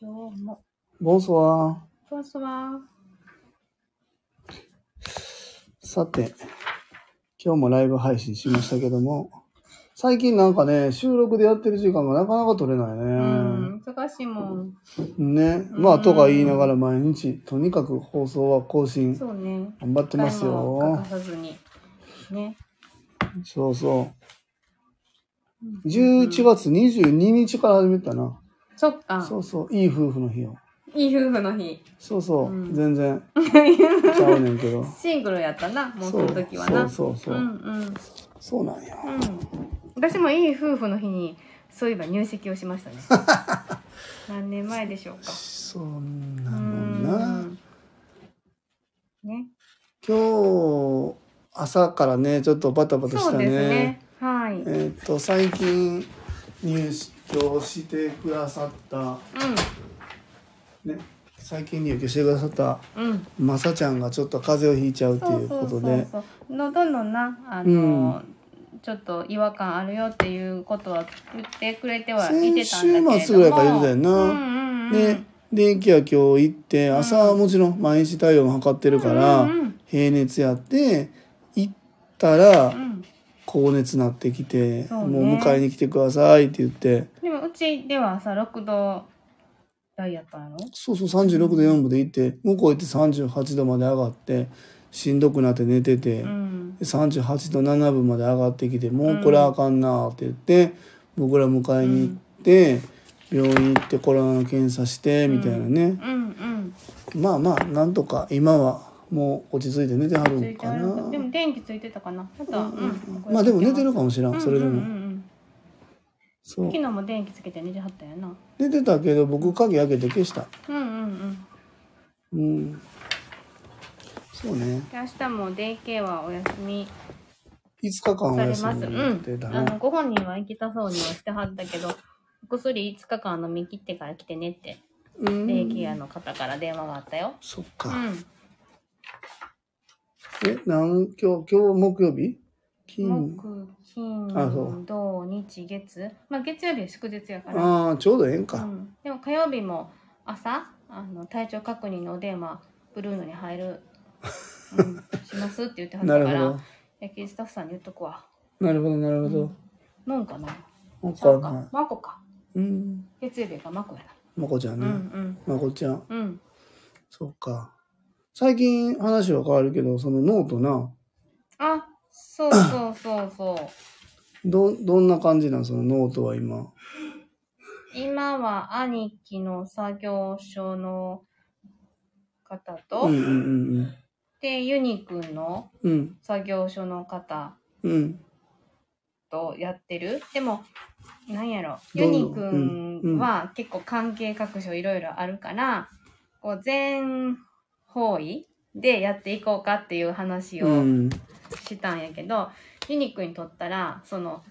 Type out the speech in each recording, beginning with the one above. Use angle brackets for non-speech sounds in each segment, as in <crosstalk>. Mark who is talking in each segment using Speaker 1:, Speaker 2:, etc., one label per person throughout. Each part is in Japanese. Speaker 1: 今日も。
Speaker 2: Bonsoir.
Speaker 1: フォンソワ
Speaker 2: さて、今日もライブ配信しましたけども、最近なんかね、収録でやってる時間がなかなか取れないね。
Speaker 1: うん、忙しいもん。
Speaker 2: ね。まあ、とか言いながら毎日、とにかく放送は更新、
Speaker 1: そうね。
Speaker 2: 頑張ってます
Speaker 1: 一回も
Speaker 2: よ
Speaker 1: 欠。かさずに。ね。
Speaker 2: そうそう。
Speaker 1: 十
Speaker 2: 11
Speaker 1: 番。
Speaker 2: 月22日から始めたな。
Speaker 1: そっか。
Speaker 2: そうそう、いい夫婦の日よ。
Speaker 1: いい夫婦の日。
Speaker 2: そうそう、
Speaker 1: うん
Speaker 2: 全
Speaker 1: <laughs>
Speaker 2: 然。ちゃうねんけど。
Speaker 1: シングルやったな、もうそ
Speaker 2: そう
Speaker 1: の時はな。
Speaker 2: そうそうそう。
Speaker 1: うんうん。
Speaker 2: そうなんや。
Speaker 1: うん、私もいい夫婦の日にそういえば入籍をしま
Speaker 2: <laughs>
Speaker 1: したね何年前でしょうか
Speaker 2: そん
Speaker 1: う
Speaker 2: なもんな。
Speaker 1: んね
Speaker 2: 今日朝からねちょっとバタバタし
Speaker 1: そ
Speaker 2: た
Speaker 1: う
Speaker 2: ね
Speaker 1: ですねはい、うん、
Speaker 2: えっと最近入居してくださったね最近入居してくださった
Speaker 1: うん
Speaker 2: まさちゃんがちょっと風邪をひいちゃうと
Speaker 1: そ
Speaker 2: いう
Speaker 1: そ
Speaker 2: うこ
Speaker 1: うそ
Speaker 2: と
Speaker 1: う
Speaker 2: で
Speaker 1: そうのどのなあの、ちょっと違和感あるよっていうことは言ってくれてはいてたんだけれども
Speaker 2: 先週末ぐらいから言ってたよな
Speaker 1: うんうんうん、
Speaker 2: で電気は今日行って朝はもちろん毎日体温を測ってるから
Speaker 1: うんうん
Speaker 2: 平熱やって行ったら
Speaker 1: うん
Speaker 2: 高熱なってきて
Speaker 1: そうね
Speaker 2: もう迎えに来てくださいって言って
Speaker 1: でもうちでは朝6度台やったの
Speaker 2: そうそう36度4分で行って向こう行って38度まで上がってしんどくなって寝てて、
Speaker 1: うん
Speaker 2: 38度7分まで上がってきてもうこれあかんなって言って、僕ら迎えに行って、病院行ってコロナの検査してみたいなね、
Speaker 1: うんうん
Speaker 2: まあまあなんとか今はもう落ち着いて寝てはる
Speaker 1: つい
Speaker 2: ん
Speaker 1: て
Speaker 2: か
Speaker 1: あるのかで
Speaker 2: な。
Speaker 1: も電気ついてたかなただ、うん
Speaker 2: まあでも寝てる
Speaker 1: か
Speaker 2: かもしらん、それでも、そう
Speaker 1: 昨日も電気つけて寝てはったよな
Speaker 2: 寝てたけど僕鍵開けて消した
Speaker 1: うんうんうん
Speaker 2: うんそうね
Speaker 1: で明日もデイケイはお休み
Speaker 2: 5日間お
Speaker 1: されます
Speaker 2: 休
Speaker 1: う
Speaker 2: みになって
Speaker 1: ん
Speaker 2: た
Speaker 1: あ
Speaker 2: な
Speaker 1: のご本人は行きたそうにはしてはったけどお薬5日間飲み切ってから来てねって
Speaker 2: うん
Speaker 1: デイケアの方から電話があったよ
Speaker 2: そっ
Speaker 1: う
Speaker 2: か、
Speaker 1: ん
Speaker 2: え、なん、今日、今日木曜日金。
Speaker 1: 木
Speaker 2: あそう
Speaker 1: 金土日月まあ月曜日は祝日やから
Speaker 2: ああ、ちょうどええん
Speaker 1: う
Speaker 2: か。
Speaker 1: ん、でも火曜日も朝あの体調確認のお電話ブルーノに入る、
Speaker 2: <laughs>
Speaker 1: うん、しますって言ってはっ
Speaker 2: な
Speaker 1: た
Speaker 2: る
Speaker 1: か
Speaker 2: ほ
Speaker 1: ら
Speaker 2: ど。
Speaker 1: 野球スタッフさんに言っとくわ
Speaker 2: なるほど、なるほど。
Speaker 1: ノンかな
Speaker 2: わ
Speaker 1: ちゃ
Speaker 2: か
Speaker 1: うん
Speaker 2: ない
Speaker 1: か。マコか
Speaker 2: うん。
Speaker 1: 月曜日がマコや
Speaker 2: まこちゃん
Speaker 1: な、
Speaker 2: ね。
Speaker 1: うん
Speaker 2: まこちゃん。
Speaker 1: うんうん
Speaker 2: そうか。最近話は変わるけど、そのノートな。
Speaker 1: あそうそうそうそう
Speaker 2: ど、どんな感じなんそのノートは今。
Speaker 1: 今は兄貴の作業所の方と、
Speaker 2: うんうん
Speaker 1: でユニくんの
Speaker 2: うんうん。うん。
Speaker 1: 作業所の方
Speaker 2: うん。
Speaker 1: とやってるでもなんやろ
Speaker 2: ど
Speaker 1: ユ
Speaker 2: んど
Speaker 1: ニ
Speaker 2: ん
Speaker 1: くんは結構関係各所いろいろあるから、こう全方位でやっていこうかっていう話
Speaker 2: う
Speaker 1: を
Speaker 2: ん。
Speaker 1: したんやけど、ユニくんにとったらその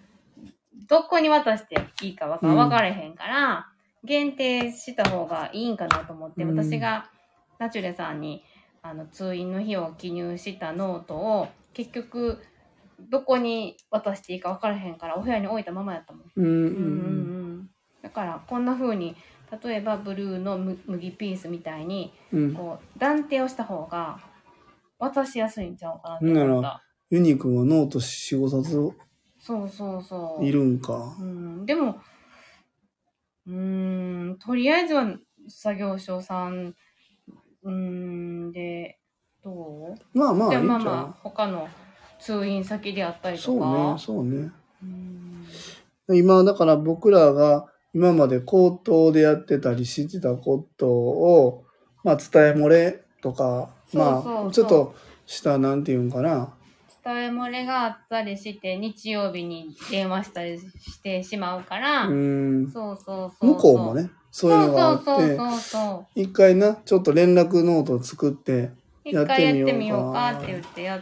Speaker 1: どこに渡していいかわか
Speaker 2: うん
Speaker 1: 分かれへんから、限定した方がいいんかなと思って、
Speaker 2: うん
Speaker 1: 私がナチュレさんにあの通院の費用を記入したノートを結局どこに渡していいか分からへんからお部屋に置いたままやったもん。
Speaker 2: うんう
Speaker 1: うんうんう
Speaker 2: ん
Speaker 1: ん、だからこんな風に例えばブルーのむ麦ピースみたいに
Speaker 2: うん。うん。
Speaker 1: こう断定をした方が渡しやすいんちゃうかなと思っ
Speaker 2: な
Speaker 1: た。
Speaker 2: ユニ君はノート4、5冊
Speaker 1: そうそうそう。
Speaker 2: いるんか
Speaker 1: う。ん、でも、うーん、とりあえずは作業所さん、うーん、で、どう
Speaker 2: まあまあ、
Speaker 1: じ
Speaker 2: い
Speaker 1: ゃ
Speaker 2: い
Speaker 1: あ
Speaker 2: んじ
Speaker 1: まあ
Speaker 2: ゃ
Speaker 1: ま
Speaker 2: な
Speaker 1: あ、他の通院先であった
Speaker 2: い
Speaker 1: りと
Speaker 2: そうね、
Speaker 1: か。
Speaker 2: そうね。
Speaker 1: うーん
Speaker 2: 今だから僕らが今まで口頭でやってたりしてたことを、まあ、伝え漏れとか
Speaker 1: そうそう
Speaker 2: ま
Speaker 1: そ
Speaker 2: あ
Speaker 1: う
Speaker 2: ちょっとしたなんていうんかな
Speaker 1: 伝え漏れがあったりして、日曜日に電話したりしてしまうから、
Speaker 2: うん
Speaker 1: そうそうそうそう。
Speaker 2: 向こうも。ねそういうのがあ
Speaker 1: そうそう
Speaker 2: って
Speaker 1: そうそう。
Speaker 2: 一回なちょっと連絡ノートを作って
Speaker 1: 一
Speaker 2: やってみようか
Speaker 1: 回やってみようかって言ってやっ、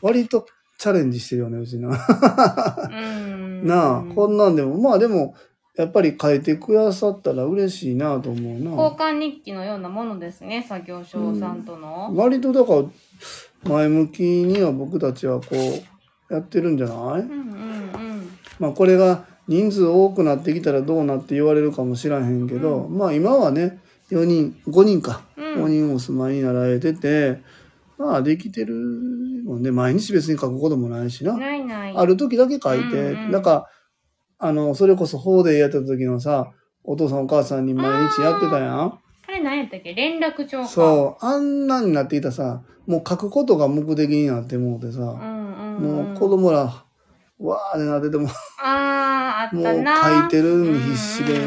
Speaker 2: 割とチャレンジしてるよねうちな
Speaker 1: うーん。
Speaker 2: <laughs> なあこんなんでもまあでもやっぱり書いてくださったら嬉しいなと思うな
Speaker 1: 交換日記のようなものですね、作業所さんとの。
Speaker 2: 割とだから前向きには僕たちはこうやってるんじゃない、
Speaker 1: うんうんうん
Speaker 2: まあこれが人数多くなってきたらどうなって言われるかもしらへんけど、まあ今はね4人5人か、
Speaker 1: うん
Speaker 2: 5人お住まいになられててまあできてるもんね毎日別に書くこともないしな、
Speaker 1: ないない。
Speaker 2: ある時だけ書いて、
Speaker 1: うんうん
Speaker 2: なんかあのそれこそ法でやってた時のさお父さんお母さんに毎日やってたやん
Speaker 1: あれ何やったっけ連絡帳か。
Speaker 2: そうあんなになっていたさもう書くことが目的になってもうて
Speaker 1: う
Speaker 2: さ、
Speaker 1: んうん、うん。
Speaker 2: もう子供らわーってなってても
Speaker 1: ああ、あっ
Speaker 2: もう
Speaker 1: たな。
Speaker 2: 書いてる
Speaker 1: うん
Speaker 2: の必死で、
Speaker 1: うんうん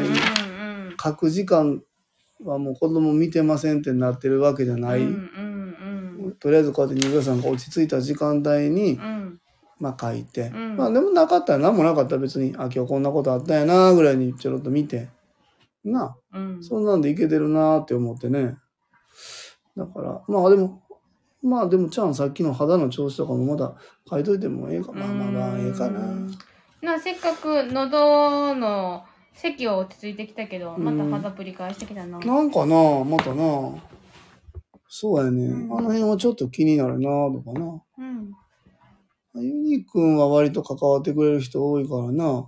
Speaker 1: うん
Speaker 2: 書く時間はもう子供見てませんってなってるわけじゃない、
Speaker 1: うんうん
Speaker 2: とりあえずこうやって新さんが落ち着いた時間帯に
Speaker 1: うん。う、ん。
Speaker 2: まあ、書いて、
Speaker 1: うん
Speaker 2: まあでもなかったら何もなかったら別にあ今日こんなことあったやなぐらいにちょろっと見てなあ
Speaker 1: うん。
Speaker 2: そんなんでいけてるなって思ってねだからまあでもまあでもちゃんさっきの肌の調子とかもまだ書いといてもええかまあまあまあええかな。
Speaker 1: なあせっかく喉の咳は落ち着いてきたけど、ま
Speaker 2: うん
Speaker 1: た肌ぶり返してきたな。
Speaker 2: なんかなまたなそうやね、
Speaker 1: うん
Speaker 2: あの辺はちょっと気になるなとかな
Speaker 1: うん。
Speaker 2: ユニくんは割と関わってくれる人多いからな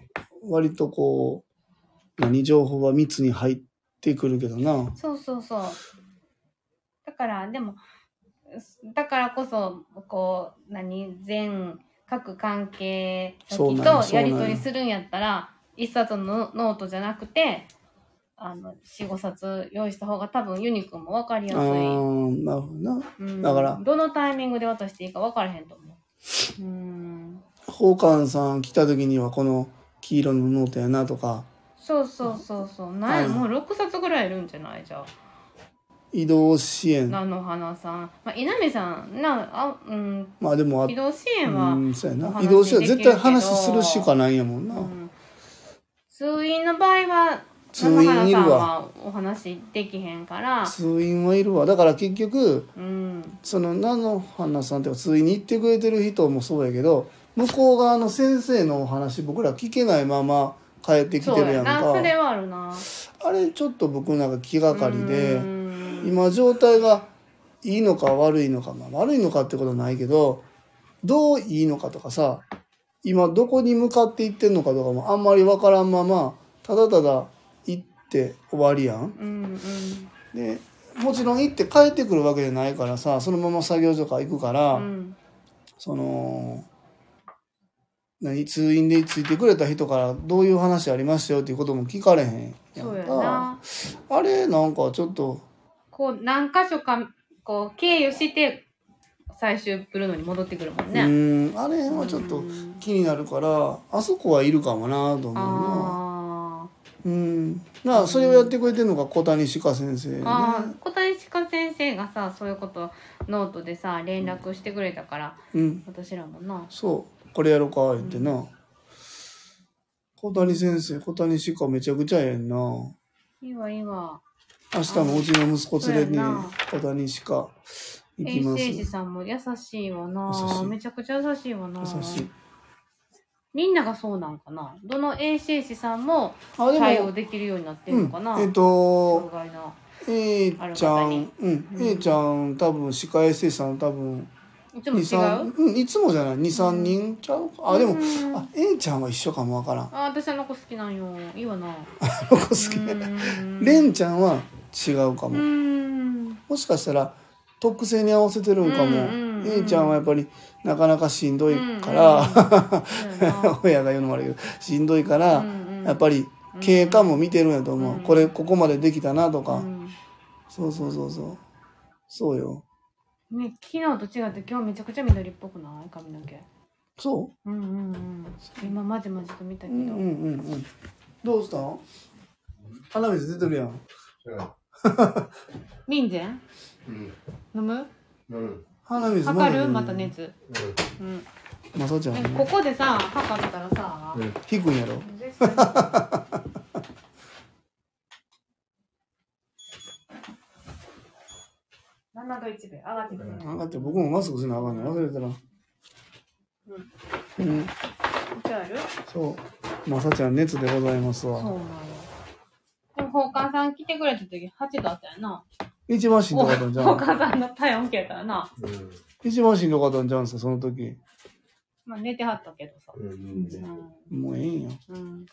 Speaker 2: 割とこう何情報は密に入ってくるけどな
Speaker 1: そうそうそう。だから、でも、だからこそ、こう、何、全、各関係
Speaker 2: そう
Speaker 1: 先
Speaker 2: なんよ
Speaker 1: と
Speaker 2: そ
Speaker 1: や
Speaker 2: うなん
Speaker 1: り
Speaker 2: よ
Speaker 1: 取りするんやったら、一冊のノートじゃなくて、あの、四五冊用意した方が多分ユニくんも分かり
Speaker 2: あ
Speaker 1: やすい。
Speaker 2: ーなるほどな
Speaker 1: うん
Speaker 2: だから
Speaker 1: どのタイミングで渡していいか分からへんと思う。うん。
Speaker 2: 宝冠さん来た時にはこの黄色のノートやなとか
Speaker 1: そうそうそうそう。な
Speaker 2: あ
Speaker 1: い、もう6冊ぐらいいるんじゃないじゃあ。
Speaker 2: 移動支援
Speaker 1: 菜の花さん。まあ、稲見さん、な、あ、うん、
Speaker 2: まあでもあ
Speaker 1: 移動支援は、
Speaker 2: うんそうや
Speaker 1: お
Speaker 2: な
Speaker 1: 話
Speaker 2: 移動支援
Speaker 1: できる
Speaker 2: 絶
Speaker 1: けど
Speaker 2: 対話するしかないんやもんな、
Speaker 1: うん通院の場合は
Speaker 2: 通院い
Speaker 1: 野々
Speaker 2: る
Speaker 1: 村
Speaker 2: わ
Speaker 1: さんはお話できへんから
Speaker 2: 通院はいるわだから結局
Speaker 1: うん
Speaker 2: その菜の花さんっていうか通院に行ってくれてる人もそうやけど向こう側の先生のお話僕ら聞けないまま帰ってき
Speaker 1: そう
Speaker 2: てるや
Speaker 1: や
Speaker 2: ん
Speaker 1: な
Speaker 2: か
Speaker 1: それはあるな
Speaker 2: あれちょっと僕なんか気がかりで
Speaker 1: うん
Speaker 2: 今状態がいいのか悪いのか、まあ、悪いのかってことはないけどどういいのかとかさ今どこに向かっていってんのかとかもあんまりわからんままただただ行って終わりやん。
Speaker 1: うん
Speaker 2: でもちろん行って帰ってくるわけじゃないからさそのまま作業所から行くから。
Speaker 1: うん
Speaker 2: その何通院でついてくれた人からどういう話ありましたよっていうことも聞かれへんや
Speaker 1: そうんや
Speaker 2: か
Speaker 1: な
Speaker 2: あれなんかちょっと
Speaker 1: こう何箇所かこう経由して最終ブルーノに戻ってくるもん
Speaker 2: う
Speaker 1: ね
Speaker 2: ーんあれはちょっと
Speaker 1: うん
Speaker 2: 気になるからあそこはいるかもなと思うな
Speaker 1: あ
Speaker 2: うんなあそれをやってくれてるのが小谷歯科先生ね
Speaker 1: ーあー小谷鹿先生がさそういうことノートでさ連絡してくれたから
Speaker 2: うん
Speaker 1: 私らもな
Speaker 2: そうこれやろうか言ってな、小谷先生小谷歯科めちゃくちゃええんない
Speaker 1: いわいいわ
Speaker 2: 明日もうちの息子連れに
Speaker 1: あそうやな
Speaker 2: 小谷歯科行き
Speaker 1: 衛
Speaker 2: ま
Speaker 1: 生士
Speaker 2: す
Speaker 1: さんも優しいわな
Speaker 2: 優しい
Speaker 1: めちゃくちゃ優しいわな
Speaker 2: 優しい
Speaker 1: みんながそうなんかなどの衛生士さんも
Speaker 2: あでも
Speaker 1: 対応できるようになってるのかな、
Speaker 2: うん、えっ、と
Speaker 1: 障害の
Speaker 2: A ちゃ
Speaker 1: ある方
Speaker 2: ん
Speaker 1: に、
Speaker 2: うん
Speaker 1: うん
Speaker 2: A ちゃん多分歯科衛生士さん多分
Speaker 1: いつも違
Speaker 2: 23
Speaker 1: う
Speaker 2: うんいつもじゃない23人ちゃうかあでも、
Speaker 1: うん
Speaker 2: あ A ちゃんは一緒かもわからん <laughs>
Speaker 1: あ私あの子好きなんよいいわな
Speaker 2: ここ好き <laughs> レンちゃんは違うか
Speaker 1: う
Speaker 2: も、
Speaker 1: ん
Speaker 2: もしかしたら特性に合わせてるんかも、
Speaker 1: うんうんうん
Speaker 2: A ちゃんはやっぱりなかなかしんどいから、
Speaker 1: そう
Speaker 2: <laughs>
Speaker 1: やな
Speaker 2: 親が言うのもあるけどしんどいから、
Speaker 1: うんうん
Speaker 2: やっぱり経過も見てるんやと思う、
Speaker 1: うん
Speaker 2: これここまでできたなとか、
Speaker 1: うん
Speaker 2: そうそうそうそうそうよ
Speaker 1: ね昨日と違って今日めちゃくちゃ緑っぽくない髪の毛
Speaker 2: そう
Speaker 1: うんうんうん今まじまじと見たけ
Speaker 2: う
Speaker 1: ど、
Speaker 2: んうんうんうん。どうしたん？鼻水出てるやん。
Speaker 1: リンゼン
Speaker 3: うん。
Speaker 1: 飲む
Speaker 3: うん。
Speaker 2: 鼻水まだ
Speaker 1: 測
Speaker 2: 出て
Speaker 1: る
Speaker 2: ん
Speaker 1: また。熱うん
Speaker 2: まさちゃん
Speaker 1: ね、ここでさ測ったらさ、
Speaker 3: うん
Speaker 2: 引くんやろ。
Speaker 1: 絶対7度1分上がってくる、
Speaker 2: あだって僕もマスクするのあかんの忘れてたら。うん。
Speaker 1: こっちある
Speaker 2: そう。まさちゃん熱でございます
Speaker 1: そうな
Speaker 2: わ。
Speaker 1: のでも、宝冠さん来てくれた時8度あったよな。
Speaker 2: 一番しんどかったんじゃ
Speaker 1: 宝
Speaker 2: ん。
Speaker 1: 冠さんの体温計やったよな。
Speaker 3: うん。
Speaker 2: 一番しんどかったんじゃうんすかその時。
Speaker 1: まあ寝てはったけどさ。
Speaker 3: うん
Speaker 1: う
Speaker 3: うん
Speaker 1: ん。
Speaker 2: もうええんよ
Speaker 1: うん。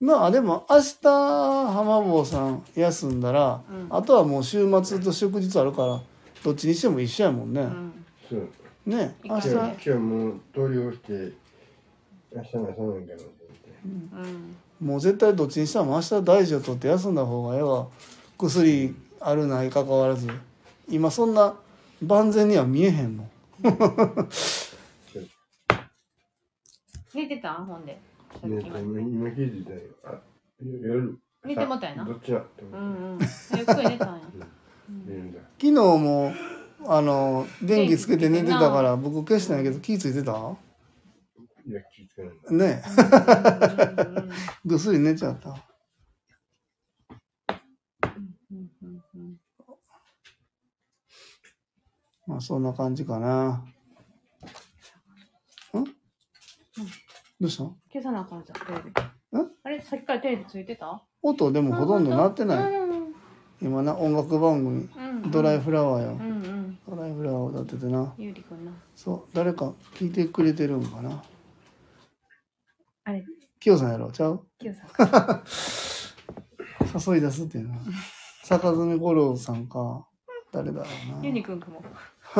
Speaker 2: まあでも明日浜坊さん休んだら、
Speaker 1: うん
Speaker 2: あとはもう週末と祝日あるからどっちにしても一緒やもんね、
Speaker 1: うん。
Speaker 3: そう
Speaker 2: ね
Speaker 1: いい
Speaker 2: 明
Speaker 1: か
Speaker 2: 日
Speaker 1: そ
Speaker 3: 今
Speaker 1: う
Speaker 3: 日
Speaker 1: ね
Speaker 3: 今日もう投了して明日の朝なんかなと思って
Speaker 1: うん。
Speaker 2: もう絶対どっちにしても明日大事を取って休んだ方がええわ薬あるないかかわらず今そんな万全には見えへんもん
Speaker 1: 寝てたんほんで。さっきまで
Speaker 3: ね今今気づいたよあ夜
Speaker 1: 寝てもうたんやな
Speaker 3: どっちやって
Speaker 1: う
Speaker 3: 思っ
Speaker 1: ん
Speaker 3: て
Speaker 1: うん。ゆっくり寝たんや。
Speaker 3: 寝るんだ
Speaker 2: 昨日もあの電気つけて寝てたから僕消したんやけど気ついてた
Speaker 3: いや気づかないんだ
Speaker 2: ねえ
Speaker 1: うんうん
Speaker 2: ぐっすり寝ちゃった
Speaker 1: うんうんうん
Speaker 2: まあそんな感じかな。んどうしたの
Speaker 1: 消さなあかんじゃん、テレビ。
Speaker 2: ん
Speaker 1: あれさっきからテレビついてた
Speaker 2: 音でもほとんど鳴ってない。
Speaker 1: うん
Speaker 2: 今な、音楽番組、
Speaker 1: うん。
Speaker 2: ドライ
Speaker 1: フ。
Speaker 2: フラワーよ
Speaker 1: うん。うん。
Speaker 2: ドライフラワーを歌っててな。
Speaker 1: ゆうりくんな。
Speaker 2: そう、誰か聞いてくれてるんかな。
Speaker 1: あれ、
Speaker 2: きよさんやろちゃう
Speaker 1: きよさんか。
Speaker 2: 誘い出すっていう <laughs> な。坂詰五郎さんか。誰だろう
Speaker 1: ゆう
Speaker 2: な。
Speaker 1: りくんかも。 <laughs>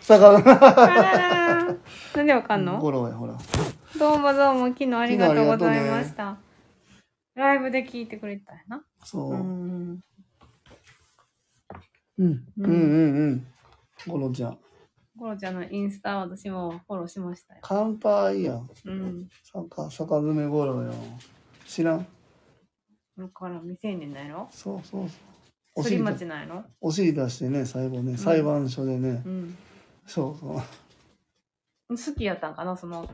Speaker 2: 坂詰
Speaker 1: あらら。なんでわかんの
Speaker 2: 五郎や、ほら。
Speaker 1: どうもどうも、昨日ありがとうございました。ライブで聞いてくれてたよな。
Speaker 2: そうう。
Speaker 1: ん。
Speaker 2: うん、うん、うん、うん。五郎ちゃん。
Speaker 1: コロちゃんのインスタ、私もフォローしましたよ。
Speaker 2: 乾杯やん。
Speaker 1: うん。
Speaker 2: 坂、坂詰五郎よ。知らん
Speaker 1: だから未成年なんやろ
Speaker 2: そうそうそう。お
Speaker 1: すり
Speaker 2: 尻
Speaker 1: 町なんやろ
Speaker 2: お尻出してね、最後ね、裁判所でね、
Speaker 1: うん。
Speaker 2: そうそう。
Speaker 1: 好きやったんかな、その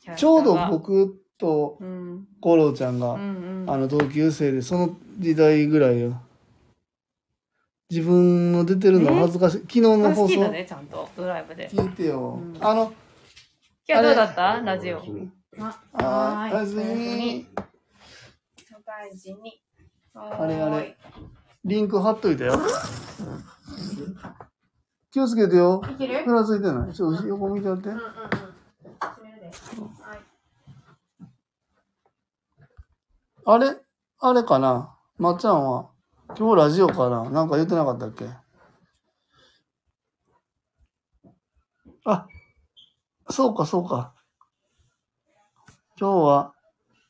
Speaker 1: キャラク
Speaker 2: ち
Speaker 1: ター
Speaker 2: ょ
Speaker 1: が
Speaker 2: うど。僕と
Speaker 1: うん。
Speaker 2: 五郎ちゃん
Speaker 1: う
Speaker 2: が、
Speaker 1: んうん。
Speaker 2: あの同級生で、その時代ぐらいよ。自分の出てるの恥ずかしい。昨日の
Speaker 1: 好
Speaker 2: 放送
Speaker 1: きだね、ちゃんと、ドライブで。
Speaker 2: 聞いてよ。
Speaker 1: うん
Speaker 2: あの、
Speaker 1: 今日ど
Speaker 2: あれ
Speaker 1: うだったラジオ。あ
Speaker 2: あー、あ
Speaker 1: は
Speaker 2: れずに。
Speaker 1: お大事に。
Speaker 2: あれあれ。リンク貼っといたよ。気をつけてよ。
Speaker 1: いける
Speaker 2: ふらついてない。ちょっと横見ちゃって
Speaker 1: うん。うんうん。閉めるで。はい。
Speaker 2: あれあれかなまっちゃんは、今日ラジオかななんか言ってなかったっけあ、そうかそうか。今日は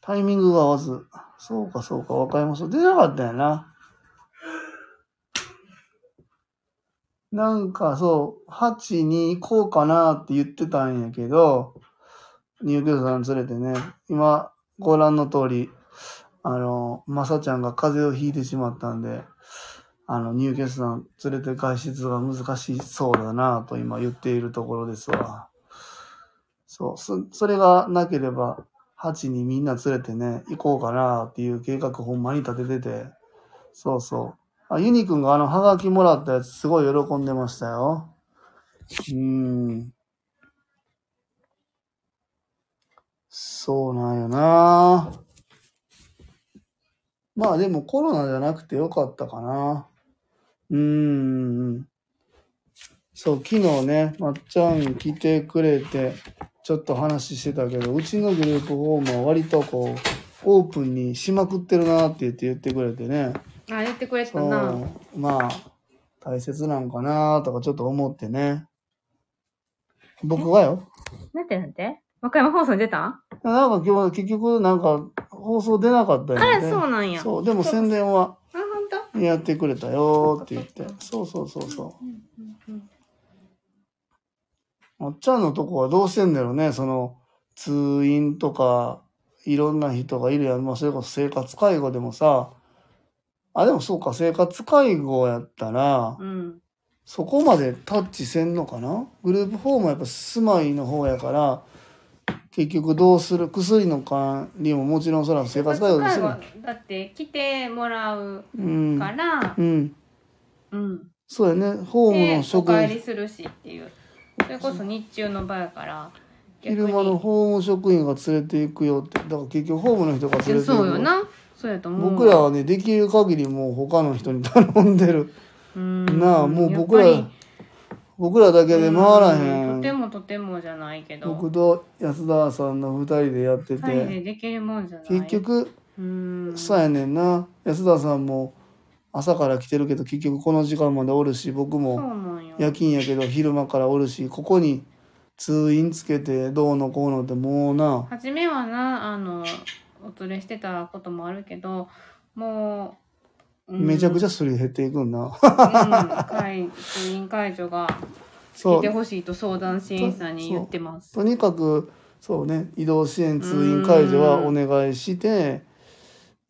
Speaker 2: タイミングが合わず。そうかそうか、わかりました。出なかったよな。なんかそう、8に行こうかなって言ってたんやけど、入居者さん連れてね、今ご覧の通り、あの、まさちゃんが風邪をひいてしまったんで、あの、入居者さん連れて外出が難しそうだなと今言っているところですわ。そう、そそれがなければ、ハチにみんな連れてね、行こうかなっていう計画ほんまに立ててて、そうそう。あ、ユニくんがあの、ハガキもらったやつすごい喜んでましたよ。うーん。そうなんよなまあでもコロナじゃなくてよかったかな。うーん。そう、昨日ね、まっちゃん来てくれて、ちょっと話してたけど、うちのグループホームは割とこう、オープンにしまくってるなって言って言ってくれてね。
Speaker 1: あ、言ってくれてた
Speaker 2: そ
Speaker 1: な。
Speaker 2: う、まあ、大切なんかなとかちょっと思ってね。僕がよ。
Speaker 1: なんてなんて和歌山放送に出たん
Speaker 2: なんか今日結局なんか放送出なかったよ
Speaker 1: あ
Speaker 2: ね。
Speaker 1: ら、そうなんや。あ、
Speaker 2: そう、でも宣伝は
Speaker 1: ほんと
Speaker 2: やってくれたよーって言って。そうそうそうそ
Speaker 1: うん
Speaker 2: う。まっちゃんのとこはどうしてんだろうね。その、通院とか、いろんな人がいるやん。まあ、それこそ生活介護でもさ、あ、でもそうか、生活介護やったら、
Speaker 1: うん。
Speaker 2: そこまでタッチせんのかなグループホームはやっぱ住まいの方やから、結局どうする薬の管理ももちろんそら生活介護でする。
Speaker 1: だって来てもらう
Speaker 2: うん。
Speaker 1: から
Speaker 2: う、ん。
Speaker 1: うん。
Speaker 2: そうやね。ホーム
Speaker 1: で
Speaker 2: の、
Speaker 1: お
Speaker 2: 職員
Speaker 1: 帰りするしっていう。それこそ日中の場やから、
Speaker 2: 昼間のホーム職員が連れて行くよってだから結局ホームの人が連れて行く
Speaker 1: そうよな。そうやと思う。
Speaker 2: 僕らはねできる限りもう他の人に頼んでる
Speaker 1: うん
Speaker 2: なあもう僕ら
Speaker 1: やっぱり
Speaker 2: 僕らだけで回らへ
Speaker 1: うんと
Speaker 2: ん
Speaker 1: てもとてもじゃないけど
Speaker 2: 僕と安田さんの2人でやって
Speaker 1: 二人で
Speaker 2: て
Speaker 1: できるもんじゃない
Speaker 2: 結局
Speaker 1: うーん
Speaker 2: そうやねんな安田さんも朝から来てるけど結局この時間までおるし僕
Speaker 1: そう
Speaker 2: も
Speaker 1: なんよ
Speaker 2: 夜勤やけど昼間からおるしここに通院つけてどうのこうのってもうな
Speaker 1: 初めはなあのお連れしてたこともあるけどもう、うん
Speaker 2: めちゃくちゃすり減っていくん
Speaker 1: う
Speaker 2: な。
Speaker 1: ん、会委員会長が
Speaker 2: そ
Speaker 1: 来
Speaker 2: う
Speaker 1: てほしいと相談支援さんに言ってます。
Speaker 2: とにかくそうね移動支援通院解除はお願いして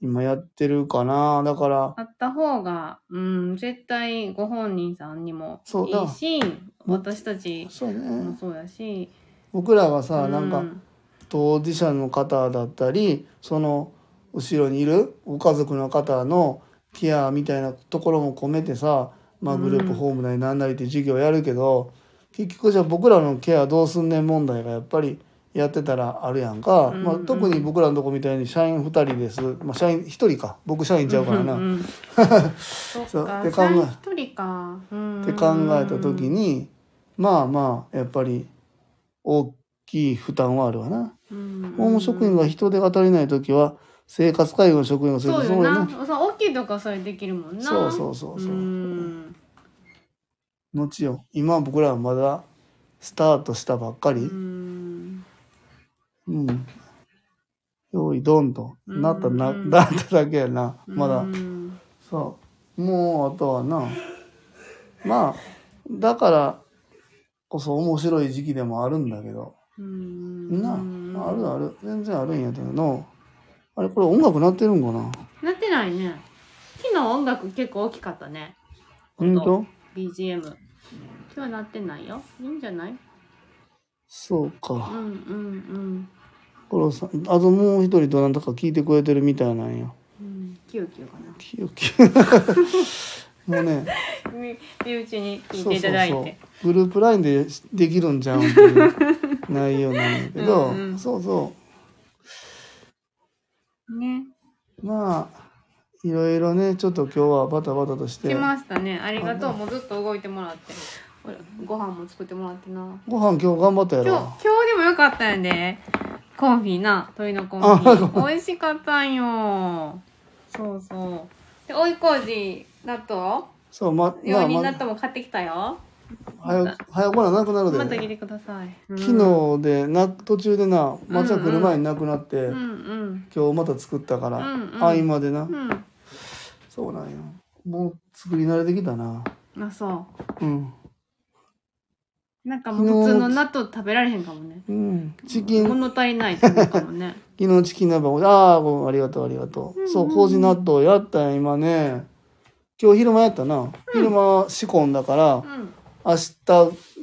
Speaker 2: 今やってるかなだから
Speaker 1: あった方が、うん、絶対ご本人さんにも
Speaker 2: そうだ
Speaker 1: いいし、私たち
Speaker 2: そう
Speaker 1: も
Speaker 2: ね
Speaker 1: そうやし、
Speaker 2: 僕らがさ
Speaker 1: う
Speaker 2: なんか当事者の方だったりその後ろにいるご家族の方のケアみたいなところも込めてさ、まあ、
Speaker 1: うん
Speaker 2: グループホームなりなんなりって授業やるけど、結局じゃあ僕らのケアどうすんねん問題がやっぱりやってたらあるやんか、
Speaker 1: うん
Speaker 2: まあ、特に僕らのとこみたいに社員2人です、まあ、社員1人か僕社員ちゃうからな、
Speaker 1: うん
Speaker 2: っ
Speaker 1: うんそっ
Speaker 2: <laughs> そう
Speaker 1: か、
Speaker 2: で考え
Speaker 1: 三人一人か。うん
Speaker 2: て考えた時にまあまあやっぱり大きい負担はあるわな。
Speaker 1: うん
Speaker 2: 法務職員が人手が足りない時は生活介護の職員がそれ
Speaker 1: そう
Speaker 2: で
Speaker 1: よな。そう大きいとかそれできるもんな。
Speaker 2: そうそうそうそううん後よ今僕らはまだスタートしたばっか
Speaker 1: う
Speaker 2: り
Speaker 1: ん
Speaker 2: うん用意ドンと
Speaker 1: うん
Speaker 2: なったななっただけやなま
Speaker 1: う
Speaker 2: だ
Speaker 1: ん
Speaker 2: そうもうあとはなまあだからこそ面白い時期でもあるんだけど
Speaker 1: うん
Speaker 2: な
Speaker 1: うん
Speaker 2: あるある全然あるんやけどなあれこれ音楽なってるんかな
Speaker 1: なってないね。昨日音楽結構大きかったね。
Speaker 2: ほんと
Speaker 1: BGM。今日はなってないよ。いいんじゃない
Speaker 2: そうか、
Speaker 1: うんうんうん
Speaker 2: コロさん、あともう一人どなたか聞いてくれてるみたいなんや。
Speaker 1: うん。キューキューかな。
Speaker 2: き <laughs> よきよもうね、
Speaker 1: み身内に <laughs> 聞いていただいて。
Speaker 2: そうそうそうグループラインでできるんじゃうんっていう内容なんやけど、
Speaker 1: うんうん
Speaker 2: そうそ
Speaker 1: ね。
Speaker 2: う。まあ、いろいろね、ちょっと今日はバタバタとして
Speaker 1: 来、ましたね。ありがとう。もうずっと動いてもらって。ほらご飯も作ってもらってな。
Speaker 2: ご飯今日頑張ったや
Speaker 1: 今日、
Speaker 2: ろ
Speaker 1: 今。日でもよかったんで。コンフィな、鶏のコンフィ。美味しかったんよ。そうそう。で、おいこじ、納豆
Speaker 2: そう、ま、ま
Speaker 1: 用
Speaker 2: あ、
Speaker 1: に
Speaker 2: ま
Speaker 1: 納豆も買ってきたよ。
Speaker 2: 早く、早く来ななくなるで。
Speaker 1: また来てください。うん
Speaker 2: 昨日でな、途中でな、松が来る前になくなって、
Speaker 1: うんうん。
Speaker 2: 今日また作ったから、
Speaker 1: うんうん
Speaker 2: 合間でな、
Speaker 1: うん。
Speaker 2: そうなんよ。もう作り慣れてきたな。
Speaker 1: あ、そ
Speaker 2: うん。
Speaker 1: う。なんかもう普通の納豆食べられへんかもね。
Speaker 2: うん、チキン、
Speaker 1: 物足りないと思うかもね。
Speaker 2: 昨日チキンナンバーああ、ごめんありがとう、ありがとう。
Speaker 1: うんうん
Speaker 2: そう、麹納豆やったんや今ね。今日昼間やったな。昼間仕込んだから
Speaker 1: う、ん。
Speaker 2: 明日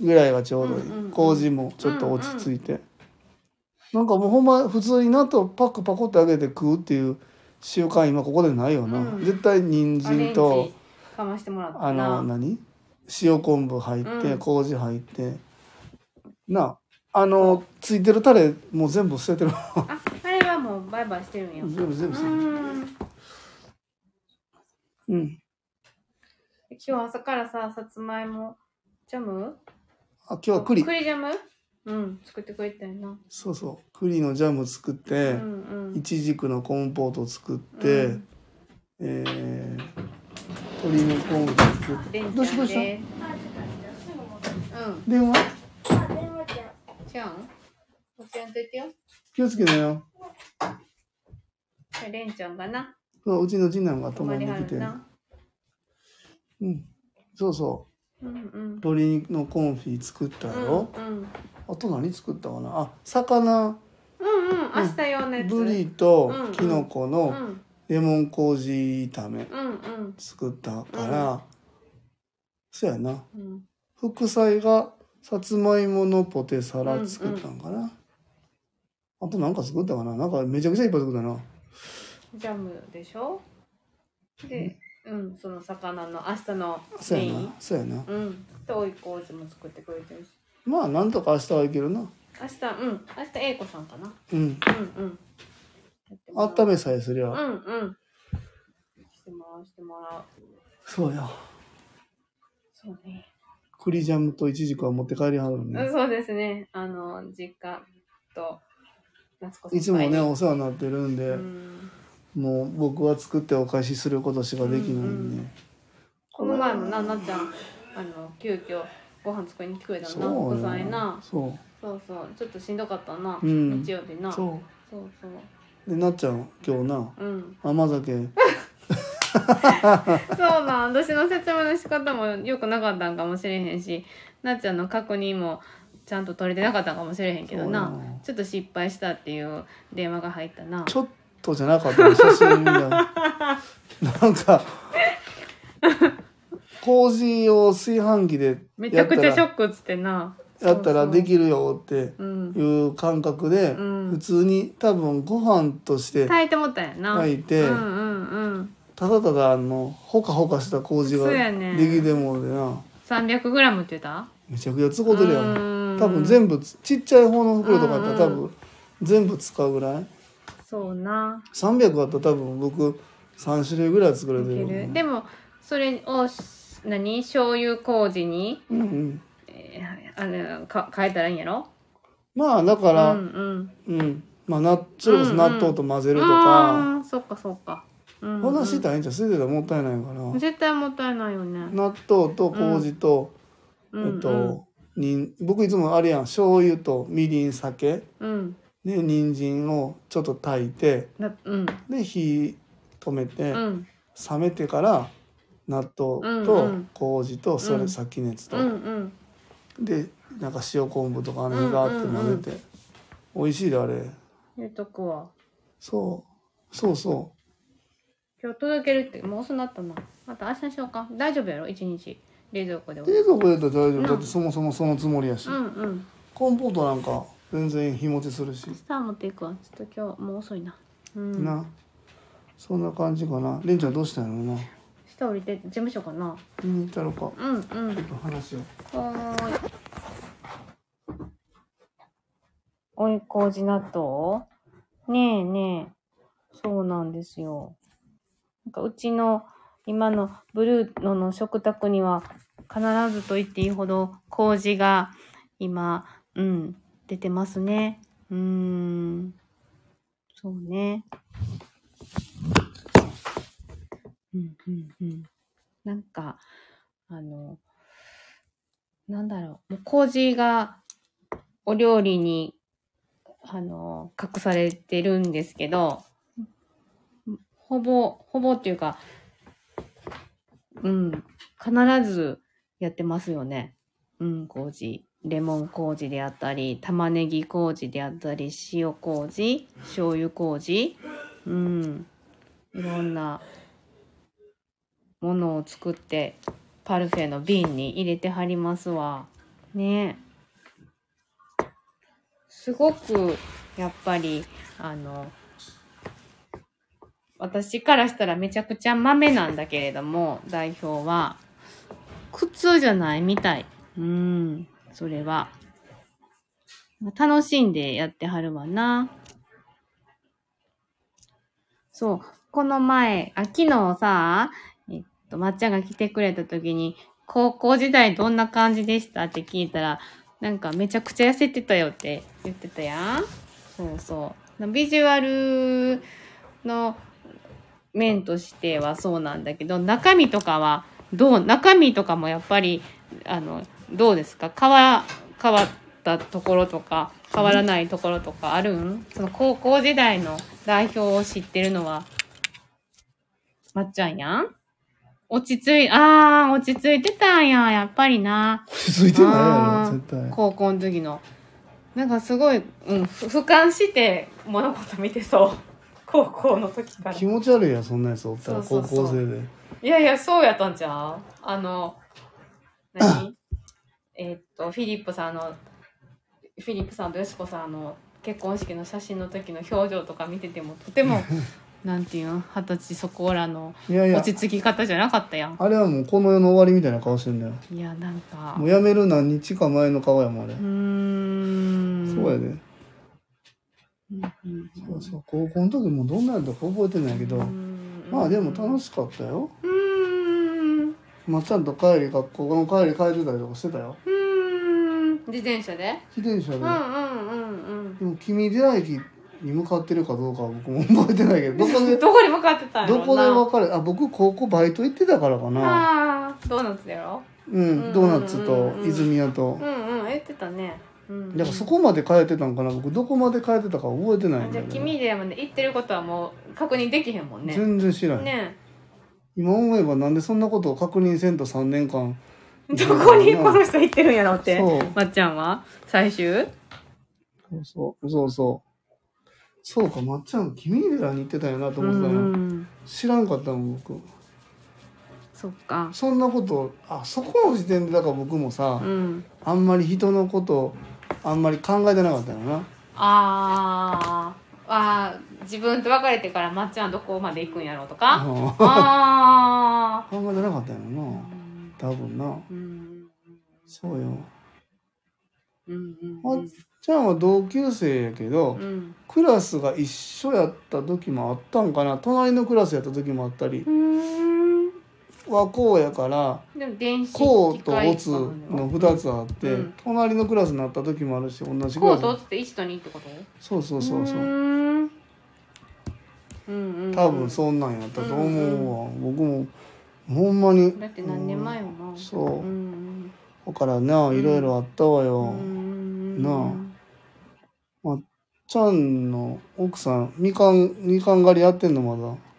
Speaker 2: ぐらいがちょうどいい。
Speaker 1: うんうんうん
Speaker 2: 麹もちょっと落ち着いて。なんかもうほんま、普通に納豆パクパクってあげて食うっていう習慣今ここでないよな。
Speaker 1: うん
Speaker 2: 絶対人
Speaker 1: アレン
Speaker 2: 参
Speaker 1: ジ
Speaker 2: と、
Speaker 1: かましてもらった
Speaker 2: あの、
Speaker 1: な。
Speaker 2: 何塩昆布入って、
Speaker 1: うん
Speaker 2: 麹入って。なあ、あの、ついてるタレもう全部捨ててる。
Speaker 1: あ、あれはもうバイバイしてるんや。
Speaker 2: 全部全部捨ててる。
Speaker 1: うん。
Speaker 2: うん。
Speaker 1: 今日朝からさ、さつまいもジャム
Speaker 2: あ、今日は栗。
Speaker 1: ジャムうん、作ってくれたよな。
Speaker 2: そうそう。栗のジャム作って、
Speaker 1: うんうん。
Speaker 2: いちじくのコンポート作って、
Speaker 1: うん
Speaker 2: えー、鶏のコンポート作って。
Speaker 1: レンち
Speaker 2: ど
Speaker 1: ゃ
Speaker 2: うし
Speaker 1: んで
Speaker 2: どう
Speaker 1: す。
Speaker 2: し
Speaker 1: う
Speaker 2: た電話
Speaker 1: ん、ちゃん。おちゃんといてよ。
Speaker 2: 気をつけなよ。
Speaker 1: レンちゃんがな、
Speaker 2: そううちの次男が
Speaker 1: 泊
Speaker 2: 泊ま
Speaker 1: まり
Speaker 2: りに
Speaker 1: は
Speaker 2: 来
Speaker 1: る
Speaker 2: て。
Speaker 1: な。
Speaker 2: うん。そうそう。
Speaker 1: うんうん。
Speaker 2: 鶏のコンフィ作ったやろ、
Speaker 1: うんうん。
Speaker 2: あと何作ったかなあ、魚、
Speaker 1: うんうん、明日用のやつ。
Speaker 2: ブリと
Speaker 1: うんうん
Speaker 2: キノコ
Speaker 1: うん
Speaker 2: のレモン麹炒め
Speaker 1: うんうん
Speaker 2: 作ったから、そうやな。
Speaker 1: うん。
Speaker 2: 副菜がさつまいものポテサラ作ったんかな、あとなんか作ったかななんかめちゃくちゃいっぱい作ったな
Speaker 1: ジャムでしょで、うん、その魚の明日の
Speaker 2: そう
Speaker 1: メイ
Speaker 2: や
Speaker 1: ン
Speaker 2: な。そうやな
Speaker 1: うん。と、おいこうじも作ってくれてるし。
Speaker 2: まあなんとか明日はいけるな
Speaker 1: 明日、うん。明日、英子さんかな。
Speaker 2: うん
Speaker 1: うんうん。
Speaker 2: 温めさえすりゃ、
Speaker 1: うんうん。してもらう、してもらう。
Speaker 2: そうや
Speaker 1: そうね。
Speaker 2: 栗ジャムとイチジクは持って帰りはるの
Speaker 1: うん
Speaker 2: ね。
Speaker 1: そうですね。あの、実家と、夏子
Speaker 2: いつもね、
Speaker 1: に
Speaker 2: お世話になってるんで、
Speaker 1: うん
Speaker 2: もう僕は作ってお返しすることしかできないんで。
Speaker 1: この前もな、なっちゃん、あの、急遽ご飯作りに来てくれた
Speaker 2: そう
Speaker 1: な、
Speaker 2: よ
Speaker 1: 副菜な。
Speaker 2: そ
Speaker 1: そうそう、ちょっとしんどかったな、
Speaker 2: うん
Speaker 1: 日曜日な。
Speaker 2: う。
Speaker 1: そう
Speaker 2: そ
Speaker 1: そう
Speaker 2: う。で、なっちゃん、今日な、
Speaker 1: うん、
Speaker 2: 甘酒、
Speaker 1: そうなん私の説明の仕方もよくなかったんかもしれへんしなっちゃんの確認もちゃんと取れてなかったんかもしれへんけどな
Speaker 2: そうよ
Speaker 1: ちょっと失敗したっていう電話が入ったな
Speaker 2: ちょっとじゃなかったの写真みたい
Speaker 1: <laughs>
Speaker 2: な。なんか、麹を炊飯器で
Speaker 1: めち
Speaker 2: や
Speaker 1: ゃ
Speaker 2: っ
Speaker 1: く
Speaker 2: た
Speaker 1: ちゃショ
Speaker 2: ら、
Speaker 1: ックっつってな
Speaker 2: やったらで
Speaker 1: る
Speaker 2: きるよって
Speaker 1: うん
Speaker 2: いう感覚で、
Speaker 1: うん
Speaker 2: 普通に多分ご飯として
Speaker 1: 炊いてもったんやな
Speaker 2: 炊いて
Speaker 1: うんうんうん
Speaker 2: ただただあのほかほかした麹が
Speaker 1: そうやね
Speaker 2: できてもうでな
Speaker 1: 300g って言った
Speaker 2: めちゃくちゃ使うてるや
Speaker 1: うんん
Speaker 2: 多分全部つちっちゃい方の袋とかやったら多
Speaker 1: うんう
Speaker 2: 分全部使うぐらい
Speaker 1: そうな
Speaker 2: 300あったら多分僕3種類ぐらい作れ
Speaker 1: い
Speaker 2: てる
Speaker 1: け
Speaker 2: よね
Speaker 1: るでもそれをし何醤油麹に、
Speaker 2: うんうん
Speaker 1: えーあのか変えたらいいんやろ
Speaker 2: まあだか
Speaker 1: う
Speaker 2: ら、
Speaker 1: んう
Speaker 2: うん
Speaker 1: ん
Speaker 2: まあなそれこそ納豆と混ぜるとか、
Speaker 1: あーそっかそっか、うんうん
Speaker 2: こんなんしたらいいんじゃん捨ててたらもったいないから、
Speaker 1: 絶対もったいないよね、
Speaker 2: 納豆と麹と、
Speaker 1: うんうん、
Speaker 2: えっとにん僕いつもあれやん醤油とみりん酒
Speaker 1: うん
Speaker 2: で人参をちょっと炊いて
Speaker 1: なうん
Speaker 2: で火止めて、
Speaker 1: うん
Speaker 2: 冷めてから納豆
Speaker 1: う
Speaker 2: と
Speaker 1: んうん
Speaker 2: 麹とそれ
Speaker 1: うん
Speaker 2: 先熱と、
Speaker 1: うんうん
Speaker 2: でなんか塩昆布とかあのガーって混ぜて、美味しいであれ
Speaker 1: 言うとくわ
Speaker 2: そうそうそ
Speaker 1: 今日届けるってもう遅なったなまた明日にしようか大丈夫やろ一日冷蔵庫で
Speaker 2: う冷蔵庫入れたら大丈夫
Speaker 1: うん
Speaker 2: だってそもそもそのつもりやし、
Speaker 1: うんうん
Speaker 2: コンポートなんか全然日持ちするし、
Speaker 1: スター持っていくわちょっと今日もう遅いなうん
Speaker 2: なそんな感じかなりんちゃんどうしたんやろうな
Speaker 1: 下降りて事務所かな
Speaker 2: 見に行ったのか
Speaker 1: うんうん
Speaker 2: ちょっと話を
Speaker 1: はーい。おい麹納豆ねえねえ。そうなんですよ。なんかうちの今のブルーノの食卓には必ずと言っていいほど麹が今、うん、出てますね。うーん。そうね。うんうんうん。なんか、あの、なんだろう、もう麹がお料理に、あの、隠されてるんですけど、ほぼ、ほぼっていうか、うん、必ずやってますよね。うん、麹。レモン麹であったり、玉ねぎ麹であったり、塩麹、醤油麹、うん、いろんなものを作ってパルフェの瓶に入れてはりますわ。ねえすごくやっぱりあの私からしたらめちゃくちゃ豆なんだけれども代表は苦痛じゃないみたい。うんそれは。楽しんでやってはるわな。そう。この前、あ昨日さ、えっと、まっちゃんが来てくれた時に、高校時代どんな感じでしたって聞いたら、なんかめちゃくちゃ痩せてたよって言ってたやん。そうそう。ビジュアルの面としてはそうなんだけど、中身とかはどう、中身とかもやっぱり、あの、どうですか変わ、変わったところとか、変わらないところとかあるんその高校時代の代表を知ってるのは、まっちゃんやん落ち着い、あー、落ち着いてたんや、やっぱりな。
Speaker 2: 落ち着いてないや
Speaker 1: あー
Speaker 2: ろ絶対
Speaker 1: 高校の時の。なんかすごい、うん、ふ俯瞰して物事見てそう。 <laughs> 高校の時から。
Speaker 2: 気
Speaker 1: い
Speaker 2: 持ち悪いやんそんなやつおったら
Speaker 1: そ
Speaker 2: 高
Speaker 1: うそうそう
Speaker 2: 校生で
Speaker 1: やいや、そうやったんちゃうあの、
Speaker 2: <coughs>
Speaker 1: 何えーっと、フィリップさんの、フィリップさんとよしこさんの結婚式の写真の時の表情とか見てても、とて
Speaker 2: <laughs>
Speaker 1: も、なんていうん、二十歳そこらの
Speaker 2: いやい
Speaker 1: 落
Speaker 2: や
Speaker 1: ち着き方じゃなかったやん。
Speaker 2: あれはもうこの世の終わりみたいな顔してんだよ
Speaker 1: いや、なんか
Speaker 2: もう。やめる何日か前の顔やもんあれ、
Speaker 1: うーん。
Speaker 2: そうやで
Speaker 1: うんうんうん。
Speaker 2: そうそう高校の時もどんなやったか覚えてないけど、まあでも楽しかったよ
Speaker 1: うーん
Speaker 2: まっちゃんと帰り学校の帰り帰ってたりとかしてたよ
Speaker 1: うーん自転車で
Speaker 2: 自転車
Speaker 1: う
Speaker 2: で、
Speaker 1: んうんうん
Speaker 2: でも君寺駅に向かってるかどうかは僕も覚えてないけ
Speaker 1: <laughs>
Speaker 2: どどこ
Speaker 1: う
Speaker 2: で
Speaker 1: んどこに向かってたんやろ
Speaker 2: ど
Speaker 1: うな
Speaker 2: こで別れあ僕高校バイト行ってたからか
Speaker 1: あ
Speaker 2: な
Speaker 1: あドーナツやろ
Speaker 2: うんドーナツ
Speaker 1: うんうん
Speaker 2: と
Speaker 1: うんうん
Speaker 2: 泉谷と
Speaker 1: うんうん言ってたねうん
Speaker 2: だからそこまで帰ってたんかな僕どこまで帰ってたか覚えてないん
Speaker 1: じ
Speaker 2: だ
Speaker 1: ゃあ
Speaker 2: けど
Speaker 1: 君でもね行ってることはもう確認できへんもんね
Speaker 2: 全然知らない、
Speaker 1: ね
Speaker 2: 今思えばなんでそんなことを確認せんと3年間
Speaker 1: どこにこの人行ってるんやろって
Speaker 2: そう
Speaker 1: まっちゃんは最終
Speaker 2: そうそうそうそうそうかまっちゃん君寺に行ってたよなと
Speaker 1: う
Speaker 2: 思ってたよ、
Speaker 1: ん
Speaker 2: 知らんかったもん僕
Speaker 1: そっか
Speaker 2: そんなことあそこの時点でだから僕もさ、
Speaker 1: うん
Speaker 2: あんまり人のことあんまり考えてなかったよな
Speaker 1: あーあー自分と別れてからまっちゃんどこまで行くんやろうとかあ
Speaker 2: あ考えてなかったよな
Speaker 1: あうん
Speaker 2: 多分な
Speaker 1: うん
Speaker 2: そうよ
Speaker 1: うん
Speaker 2: まっちゃんは同級生やけど、
Speaker 1: うん
Speaker 2: クラスが一緒やった時もあったんかな隣のクラスやった時もあったり
Speaker 1: うん
Speaker 2: 和光やから
Speaker 1: でも電子
Speaker 2: 光
Speaker 1: 機
Speaker 2: と
Speaker 1: 械
Speaker 2: 乙の2つあって、
Speaker 1: うん
Speaker 2: 隣のクラスになった時もあるし同じク
Speaker 1: こう
Speaker 2: ラス
Speaker 1: と落ちて一と二ってこと
Speaker 2: そうそうそうそう
Speaker 1: ー
Speaker 2: うん
Speaker 1: うんうん
Speaker 2: 多分
Speaker 1: う
Speaker 2: そんなんやったと思うわ、僕もほんまに
Speaker 1: だって何年前よな
Speaker 2: そう
Speaker 1: うんうん
Speaker 2: だからないろいろあったわよ、
Speaker 1: うん
Speaker 2: なちゃんの奥さんみかんみかん狩りやってんのま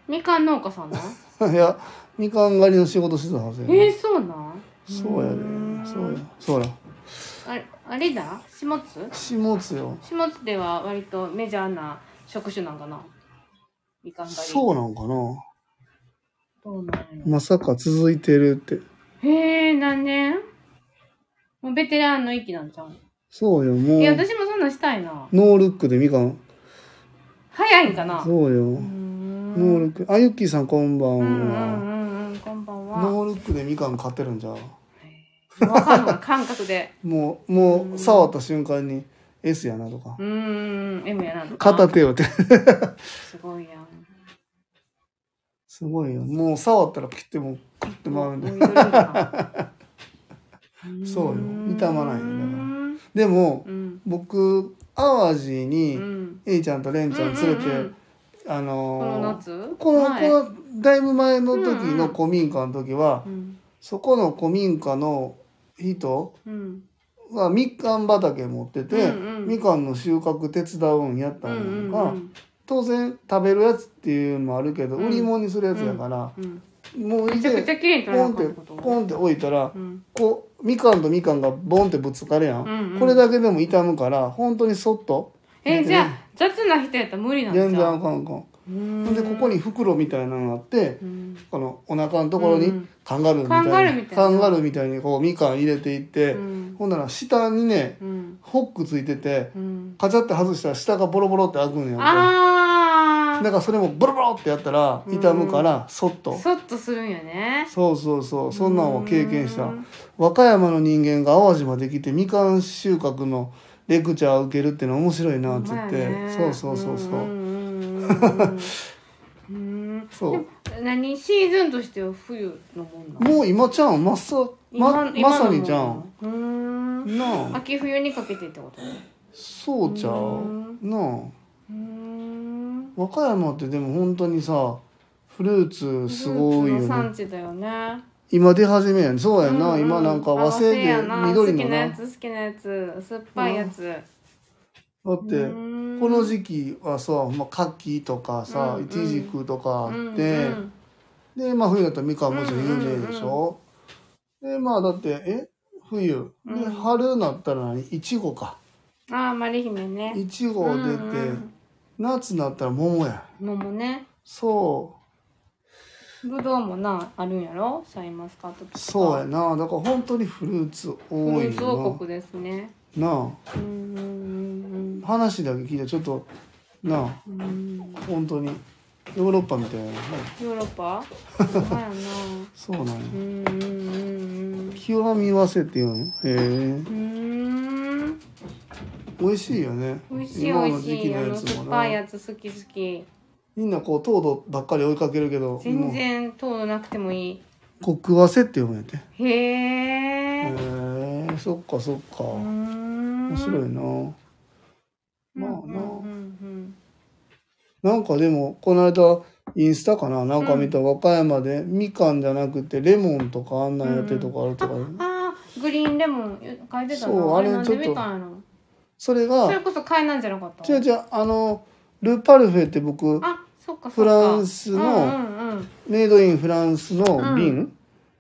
Speaker 1: みかん農家さんな
Speaker 2: だ <laughs> いやみかん狩りの仕事してたはずや
Speaker 1: え
Speaker 2: ね、
Speaker 1: ー、そうなん
Speaker 2: そうやで、
Speaker 1: ん
Speaker 2: そうやそうや
Speaker 1: あれあれだ下津
Speaker 2: 下津よ
Speaker 1: 下津では割とメジャーな職種なんかなみかん狩り
Speaker 2: そうなんかな
Speaker 1: どうなんやろ
Speaker 2: まさか続いてるって
Speaker 1: へえ何年もうベテランの域なんちゃう
Speaker 2: そうよもう
Speaker 1: いや私もそんなんしたいな
Speaker 2: ノールックでみかん
Speaker 1: 早いんかな
Speaker 2: そう
Speaker 1: う
Speaker 2: よ、
Speaker 1: ーん
Speaker 2: ノールックあゆっきーさんこんばん
Speaker 1: うんう
Speaker 2: は、
Speaker 1: んうんうんこんばんは。
Speaker 2: ノールックでみかん買ってるんじゃう
Speaker 1: わかんない感覚で。
Speaker 2: もうもう触った瞬間に S やなとか
Speaker 1: うーん M やなんとか
Speaker 2: 片手よって
Speaker 1: すごいやん。
Speaker 2: すごいよもう触ったらピッてもうクッて回るんだよ
Speaker 1: もういろいろだな
Speaker 2: そうよ痛まな
Speaker 1: う
Speaker 2: いよだから
Speaker 1: ん
Speaker 2: でも
Speaker 1: うん
Speaker 2: 僕淡路
Speaker 1: う
Speaker 2: に
Speaker 1: ん。
Speaker 2: えいちゃんとれんちゃん連れて、
Speaker 1: うんうんうん
Speaker 2: あ
Speaker 1: この
Speaker 2: のー
Speaker 1: 夏？
Speaker 2: この
Speaker 1: 前
Speaker 2: このだいぶ前の時
Speaker 1: うんう
Speaker 2: の
Speaker 1: ん
Speaker 2: 古民家の時は、
Speaker 1: うん
Speaker 2: そこの古民家の人
Speaker 1: うん
Speaker 2: がみかん畑持ってて、
Speaker 1: うんうん
Speaker 2: みかんの収穫手伝うんやった
Speaker 1: うんん
Speaker 2: や
Speaker 1: うんん
Speaker 2: か、
Speaker 1: うん
Speaker 2: 当然食べるやつっていうのもあるけど、
Speaker 1: うん
Speaker 2: 売り物にするやつやから、
Speaker 1: うん。
Speaker 2: もうい
Speaker 1: めちゃくち
Speaker 2: て
Speaker 1: ゃ綺麗に取れ
Speaker 2: ポ
Speaker 1: な
Speaker 2: ンっ
Speaker 1: かってたこと。
Speaker 2: ポンって置いたら、
Speaker 1: うん
Speaker 2: こうみかんとみかんがボンってぶつかるやん、
Speaker 1: うんうん
Speaker 2: これだけでも傷むから本当にそっと
Speaker 1: え
Speaker 2: うん
Speaker 1: じゃあ雑な人やったら無理なんじゃ
Speaker 2: 全
Speaker 1: ん。
Speaker 2: 然あかんあかん。
Speaker 1: うん。
Speaker 2: ほんでここに袋みたいなのがあって
Speaker 1: うん。
Speaker 2: このお腹のところ
Speaker 1: う
Speaker 2: に
Speaker 1: ん
Speaker 2: カンガルーみ
Speaker 1: カンガ
Speaker 2: た
Speaker 1: ル
Speaker 2: い
Speaker 1: ー
Speaker 2: に
Speaker 1: みたいな
Speaker 2: カンガルーみたいにこうみかん入れていって、
Speaker 1: うん
Speaker 2: ほんなら下にね
Speaker 1: うん
Speaker 2: ホックついてて
Speaker 1: うん。
Speaker 2: カチャって外したら下がボロボロって開くんやんか
Speaker 1: あ
Speaker 2: だからそれもボロボロってやったら痛むからそっ
Speaker 1: あ。
Speaker 2: と
Speaker 1: そっとするんよね。
Speaker 2: そうそうそうそんなんは経験した
Speaker 1: うん
Speaker 2: 和歌山の人間が淡路まで来てみかん収穫のレクチャー受けるってのは面白いなっつって、
Speaker 1: ほんまやね
Speaker 2: そうそうそうそう、
Speaker 1: んうんうんうんうん
Speaker 2: <laughs> そう
Speaker 1: でも何シーズンとしては冬のもんなの
Speaker 2: もう今ちゃんまさま
Speaker 1: 今
Speaker 2: まさにじゃん
Speaker 1: 今のもんなのうーん
Speaker 2: なあ
Speaker 1: 秋冬にかけてってこと
Speaker 2: そうちゃう
Speaker 1: うん
Speaker 2: なあ
Speaker 1: うーん
Speaker 2: 和歌山ってでも本当にさフルーツす
Speaker 1: フ
Speaker 2: ごいよ
Speaker 1: ルーツの産
Speaker 2: ね
Speaker 1: 地だよね
Speaker 2: 今出始めやんそうやんな、
Speaker 1: うう
Speaker 2: 今なんか
Speaker 1: あ
Speaker 2: 和製で
Speaker 1: やな好
Speaker 2: 緑の
Speaker 1: きな
Speaker 2: な
Speaker 1: やつ好きなやつ酸っぱいやつ
Speaker 2: だって
Speaker 1: こ
Speaker 2: この時期はさほんま柿とかさ、
Speaker 1: うんうん
Speaker 2: イチジクとかあって、でまあ冬だったらみかんもちろん有名でしょ、でまあだってえ冬で
Speaker 1: うん
Speaker 2: 春になったら何いちごか
Speaker 1: ああマリ姫ね
Speaker 2: いちご出て、
Speaker 1: うんうん
Speaker 2: 夏になったら桃や
Speaker 1: 桃ね
Speaker 2: そ
Speaker 1: ぶどうもなあるんやろシャインマスカットとか
Speaker 2: うそうやなだから本当にフルーツ多
Speaker 1: フル
Speaker 2: い
Speaker 1: ーツ王
Speaker 2: よ
Speaker 1: 国ですね
Speaker 2: なな
Speaker 1: うんうん
Speaker 2: あ話だけ聞いてちょっとなあ
Speaker 1: うんうん
Speaker 2: 本当にヨーロッパみたいな
Speaker 1: ヨーロッ
Speaker 2: <laughs>
Speaker 1: パそうやな
Speaker 2: そうなんや
Speaker 1: うんうんうん
Speaker 2: 極み合わせっていうのへえ
Speaker 1: うんう
Speaker 2: 美味しいよね
Speaker 1: ーん美味しい美
Speaker 2: 今の
Speaker 1: 味
Speaker 2: 時
Speaker 1: し
Speaker 2: 期
Speaker 1: いあ
Speaker 2: のや
Speaker 1: の
Speaker 2: つも
Speaker 1: 酸っ
Speaker 2: な
Speaker 1: ぱいやつ好き好き
Speaker 2: みんなこう糖度ばっかり追いかけるけど
Speaker 1: 全
Speaker 2: も
Speaker 1: 然糖度なくてもいいう
Speaker 2: こう食わせって読むんやてへ
Speaker 1: へえ。
Speaker 2: えそっかそっ
Speaker 1: う
Speaker 2: か
Speaker 1: ー
Speaker 2: 面
Speaker 1: ん
Speaker 2: 白い
Speaker 1: うん
Speaker 2: なまあな
Speaker 1: うんうん
Speaker 2: なんかでもこの間インスタかななんか見た和歌山でみかんじゃなくてレモンとかあんなんやってるとかあるとか、
Speaker 1: うんああ、グリーンレモン書いてたな。
Speaker 2: そうあれ
Speaker 1: なん
Speaker 2: ちょ
Speaker 1: で
Speaker 2: っと
Speaker 1: みかんやろ。
Speaker 2: それ
Speaker 1: それ
Speaker 2: が
Speaker 1: こそ買えなんじゃなかった。
Speaker 2: 違う違うあのルパルフェって僕
Speaker 1: あ、そっかそっか。
Speaker 2: フランス
Speaker 1: う
Speaker 2: の
Speaker 1: んうんうん。
Speaker 2: メイドインフランスの瓶、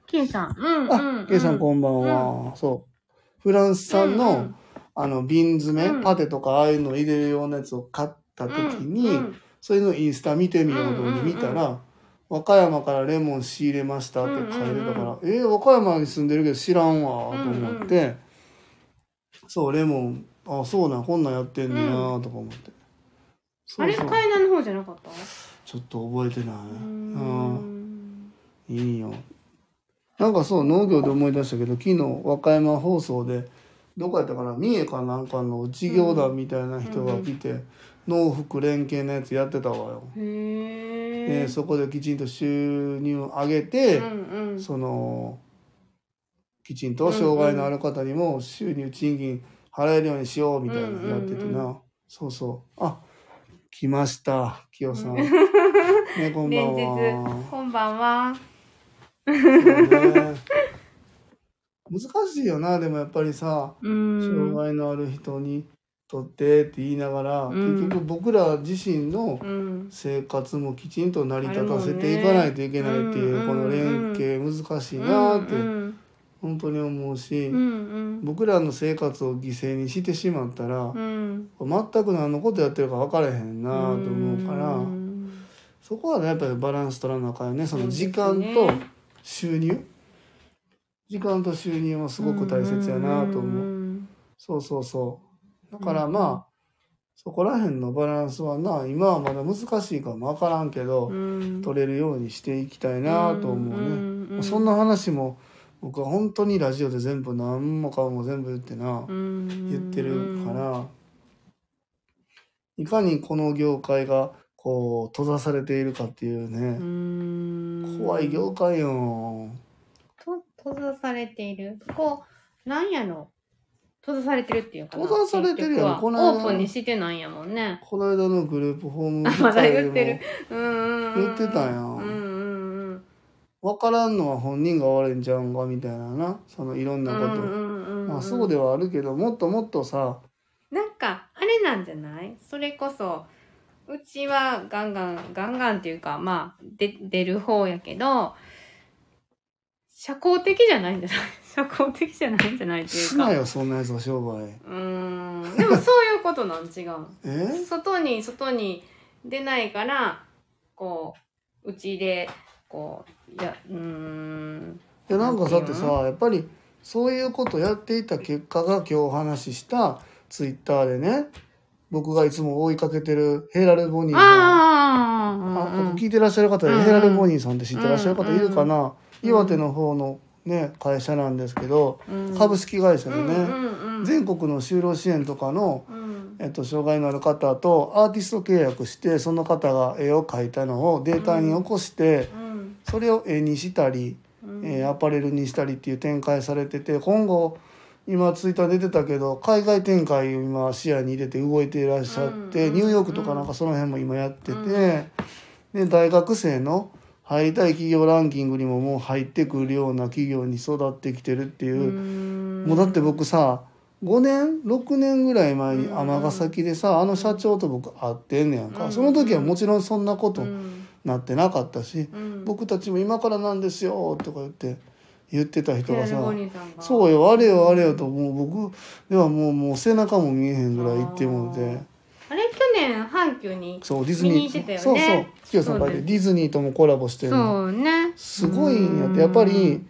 Speaker 1: ケイさん。うんうん、うん。
Speaker 2: あ、ケイさんこんばんは。そう。フランス産の、
Speaker 1: うんうん
Speaker 2: あの、瓶詰め、
Speaker 1: うん
Speaker 2: パテとかああいうの入れるようなやつを買った時に、
Speaker 1: うんうん
Speaker 2: それのインスタ見てみようと思って見たら、和歌山からレモン仕入れましたって書いてたから、えー和歌山に住んでるけど知らんわと思って、そうレモンあそうなんこんなんやってんねやとか思って、
Speaker 1: あ
Speaker 2: そう
Speaker 1: れ
Speaker 2: そう
Speaker 1: 階段の方じゃなかった
Speaker 2: ちょっと覚えてない、
Speaker 1: うー
Speaker 2: うん
Speaker 1: ん
Speaker 2: いいよ。なんかそう農業で思い出したけど昨日和歌山放送でどこやったかな三重かなんかの事業団みたいな人が来て、農福連携のやつやってたわよ。
Speaker 1: へえ
Speaker 2: でそこできちんと収入を上げて、
Speaker 1: うんうん
Speaker 2: そのきちんと障害のある方にも収入賃金払えるようにしようみたいなのやっててな、
Speaker 1: うん
Speaker 2: そうそうあ来ましたきよさ
Speaker 1: <laughs>
Speaker 2: ん。
Speaker 1: うん
Speaker 2: ねこんばん
Speaker 1: 連
Speaker 2: は
Speaker 1: 日。こんばんは
Speaker 2: ね難しいよなでもやっぱりさ
Speaker 1: う
Speaker 2: 障
Speaker 1: ん
Speaker 2: 害のある人にとってって言いながら、
Speaker 1: うん
Speaker 2: 結局僕ら自身の
Speaker 1: うん
Speaker 2: 生活もきちんと成り立たせていかないといけないっていう、
Speaker 1: ある
Speaker 2: こ
Speaker 1: も
Speaker 2: の
Speaker 1: んね
Speaker 2: 連携難しいなーって、
Speaker 1: うん
Speaker 2: 本当に思うし、
Speaker 1: うんうん
Speaker 2: 僕らの生活を犠牲にしてしまったら
Speaker 1: う、ん
Speaker 2: 全く何のことやってるか分からへんなーと思うから、
Speaker 1: うん
Speaker 2: そこはねやっぱりバランス取らなあかんよねその時
Speaker 1: そう
Speaker 2: 間
Speaker 1: です
Speaker 2: と
Speaker 1: ね
Speaker 2: 収入、時間と収入はすごく大切やなと思う、
Speaker 1: ん
Speaker 2: そうそうそうだからまあ、そこら辺のバランスはな今はまだ難しいかも分からんけど、
Speaker 1: うん
Speaker 2: 取れるようにしていきたいなと思うね、
Speaker 1: んうん
Speaker 2: そんな話も僕は本当にラジオで全部何もかも全部言ってな、言ってるから、いかにこの業界がこう閉ざされているかっていう
Speaker 1: う
Speaker 2: ね、
Speaker 1: ん
Speaker 2: 怖い業界よ
Speaker 1: と閉ざされているこうなんやろ閉ざされてるっていうかな
Speaker 2: 閉ざされてるやん
Speaker 1: 結
Speaker 2: こ
Speaker 1: 局
Speaker 2: の間
Speaker 1: はオープンにしてないんやもんね
Speaker 2: この間のグループホーム
Speaker 1: まだ
Speaker 2: 会
Speaker 1: 言ってるうんうんうん
Speaker 2: 言ってたやん
Speaker 1: うんうんうん
Speaker 2: 分からんのは本人が悪いんちゃうんかみたいななそのいろんなこと、
Speaker 1: うんうんうんうん
Speaker 2: まあそうではあるけどもっともっとさ
Speaker 1: なんかあれなんじゃないそれこそうちはガンガンガンガンっていうかまあで出る方やけど社交的じゃないんじゃない <laughs> 社交的じゃないんじゃないっていう
Speaker 2: しな
Speaker 1: か
Speaker 2: よそんなやつは商売
Speaker 1: うーんでもそういうことなん違うん
Speaker 2: え
Speaker 1: 外に外に出ないからこううちでこういやうーん
Speaker 2: いやなんかだっ
Speaker 1: な
Speaker 2: て
Speaker 1: んて
Speaker 2: さ
Speaker 1: いう
Speaker 2: やっぱりそういうことやっていた結果が今日お話ししたツイッターでね僕がいつも追いかけてるヘラル・ボニーの
Speaker 1: あー
Speaker 2: あ、
Speaker 1: うんうん
Speaker 2: 聞いてらっしゃる方で、
Speaker 1: うんうん
Speaker 2: ヘラルボニーさんって知ってらっしゃる方いるかな、岩手の方の、ね、会社なんですけど、
Speaker 1: うん
Speaker 2: 株式会社
Speaker 1: う
Speaker 2: で
Speaker 1: ん
Speaker 2: ね、
Speaker 1: うんうん
Speaker 2: 全国の就労支援とかの、
Speaker 1: うん
Speaker 2: えっと、障害のある方とアーティスト契約してその方が絵を描いたのをデータに起こして、
Speaker 1: うん
Speaker 2: それを絵にしたり、
Speaker 1: うん
Speaker 2: えーアパレルにしたりっていう展開されてて今後今ツイッター出てたけど海外展開を今視野に入れて動いていらっしゃって、
Speaker 1: うん
Speaker 2: ニューヨークとかなんかその辺も今やってて、で大学生の入りたい企業ランキングにももう入ってくるような企業に育ってきてるっていう、
Speaker 1: ん
Speaker 2: もうだって僕さ5年6年ぐらい前に尼崎でさあの社長と僕会ってんねやんか、
Speaker 1: うん
Speaker 2: その時はもちろんそんなこと
Speaker 1: うん
Speaker 2: なってなかったし、
Speaker 1: うん
Speaker 2: 僕たちも今からなんですよとか言って言ってた人が
Speaker 1: ヘラ
Speaker 2: さ
Speaker 1: ルボニーさんが
Speaker 2: そうよあれよあれよともう僕ではもうもう背中も見えへんぐらい行ってもうて
Speaker 1: あれ去年阪急に
Speaker 2: そうディズニー
Speaker 1: 見に行ってたよね
Speaker 2: そうそうキヨさん書いて
Speaker 1: そう
Speaker 2: ディズニーともコラボしてるの
Speaker 1: そうね
Speaker 2: すごいんやってやっぱり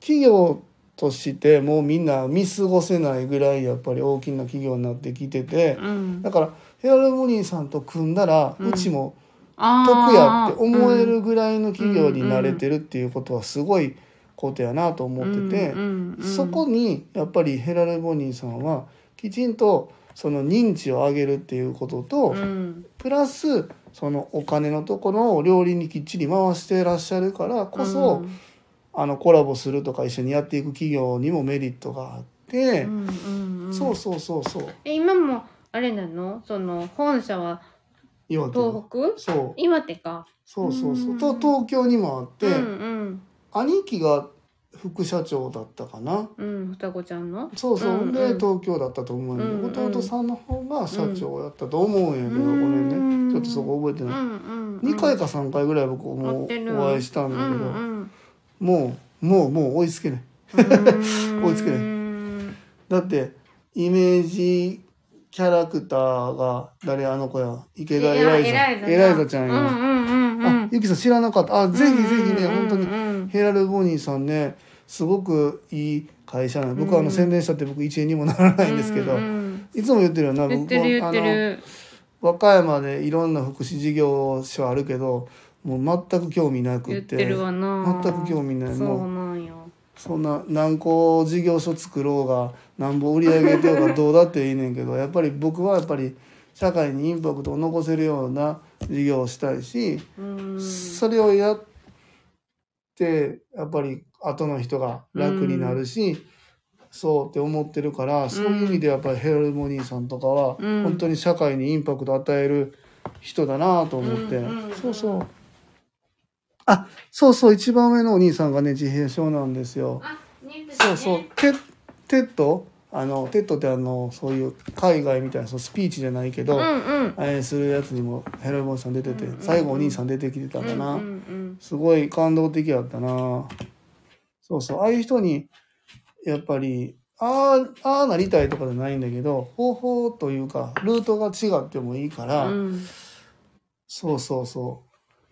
Speaker 2: 企業としてもうみんな見過ごせないぐらいやっぱり大きな企業になってきてて
Speaker 1: うん
Speaker 2: だからヘアルモニーさんと組んだら
Speaker 1: うん
Speaker 2: うちも得や
Speaker 1: あ
Speaker 2: って
Speaker 1: ー
Speaker 2: 思えるぐらいの企業に慣れてるっていうことはすごいことやなと思ってて
Speaker 1: うんうんうん
Speaker 2: そこにやっぱりヘラルボニーさんはきちんとその認知を上げるっていうことと
Speaker 1: うん
Speaker 2: プラスそのお金のところを料理にきっちり回してらっしゃるからこそ
Speaker 1: うん
Speaker 2: あのコラボするとか一緒にやっていく企業にもメリットがあって、
Speaker 1: うんうんうん、
Speaker 2: そうそうそうそう
Speaker 1: え今もあれなのその本社は
Speaker 2: 岩手
Speaker 1: 東
Speaker 2: の
Speaker 1: 北
Speaker 2: そう
Speaker 1: 岩手か。
Speaker 2: そうそうそううんと東京にもあって、
Speaker 1: うん
Speaker 2: 兄貴が副社長だったかな
Speaker 1: うんうん双子ちゃんの。
Speaker 2: そうそう、
Speaker 1: うんうん
Speaker 2: で東京だったと思うんやけど、
Speaker 1: うんうん
Speaker 2: 弟さんの方が社長やったと思うんやけど、
Speaker 1: うん
Speaker 2: これねちょっとそこ覚えて
Speaker 1: うん
Speaker 2: ない、
Speaker 1: うん、うん。
Speaker 2: 2回か3回ぐらい僕も
Speaker 1: 会
Speaker 2: お
Speaker 1: ってる
Speaker 2: 会いした
Speaker 1: うんん
Speaker 2: だ
Speaker 1: う
Speaker 2: けど、
Speaker 1: ん。
Speaker 2: もうもうもう追いつけない追
Speaker 1: 追
Speaker 2: <laughs> いつけない
Speaker 1: ない。
Speaker 2: だってイメージキャラクターが誰あの子や池田エライザエライザちゃんや、
Speaker 1: うんうんうんうん
Speaker 2: あゆきさん知らなかったあぜひぜひね、本当に
Speaker 1: に。
Speaker 2: ヘラルボニーさんねすごくいい会社なの僕はあの
Speaker 1: うん
Speaker 2: 宣伝したって僕一円にもならないんですけど、
Speaker 1: うんうん
Speaker 2: いつも言ってるよな
Speaker 1: 言ってる言ってる。
Speaker 2: 和歌山でいろんな福祉事業所あるけどもう全く興味なく
Speaker 1: 言
Speaker 2: っ
Speaker 1: っててるわな。
Speaker 2: 全く興味ない
Speaker 1: そう
Speaker 2: もう
Speaker 1: なんよ。
Speaker 2: そんな何個事業所作ろうが何本売り上げてようがどうだっていいねんけどやっぱり僕はやっぱり社会にインパクトを残せるような事業をしたいし、
Speaker 1: うん。
Speaker 2: それをやってやっぱり後の人が楽になるし、そうって思ってるから、そういう意味でやっぱりヘラルモニーさんとかは、
Speaker 1: うん
Speaker 2: 本当に社会にインパクト与える人だなと思って、
Speaker 1: うんうん
Speaker 2: そうそうあそうそう一番上のお兄さんがね自閉症なんですよ。
Speaker 1: あ、妊婦ね
Speaker 2: そうそう。テテッドあのテッドってあのそういう海外みたいなそうスピーチじゃないけ
Speaker 1: う
Speaker 2: ど、
Speaker 1: んうん。
Speaker 2: えーするやつにもヘラルモニーさん出てて、
Speaker 1: うんうんうん
Speaker 2: 最後お兄さん出てきてたんだな。
Speaker 1: うんうん
Speaker 2: すごい感動的やったなそうそう、ああいう人に、やっぱり、ああ、ああなりたいとかじゃないんだけど、方法というか、ルートが違ってもいいから、
Speaker 1: うん。うん。
Speaker 2: そうそうそ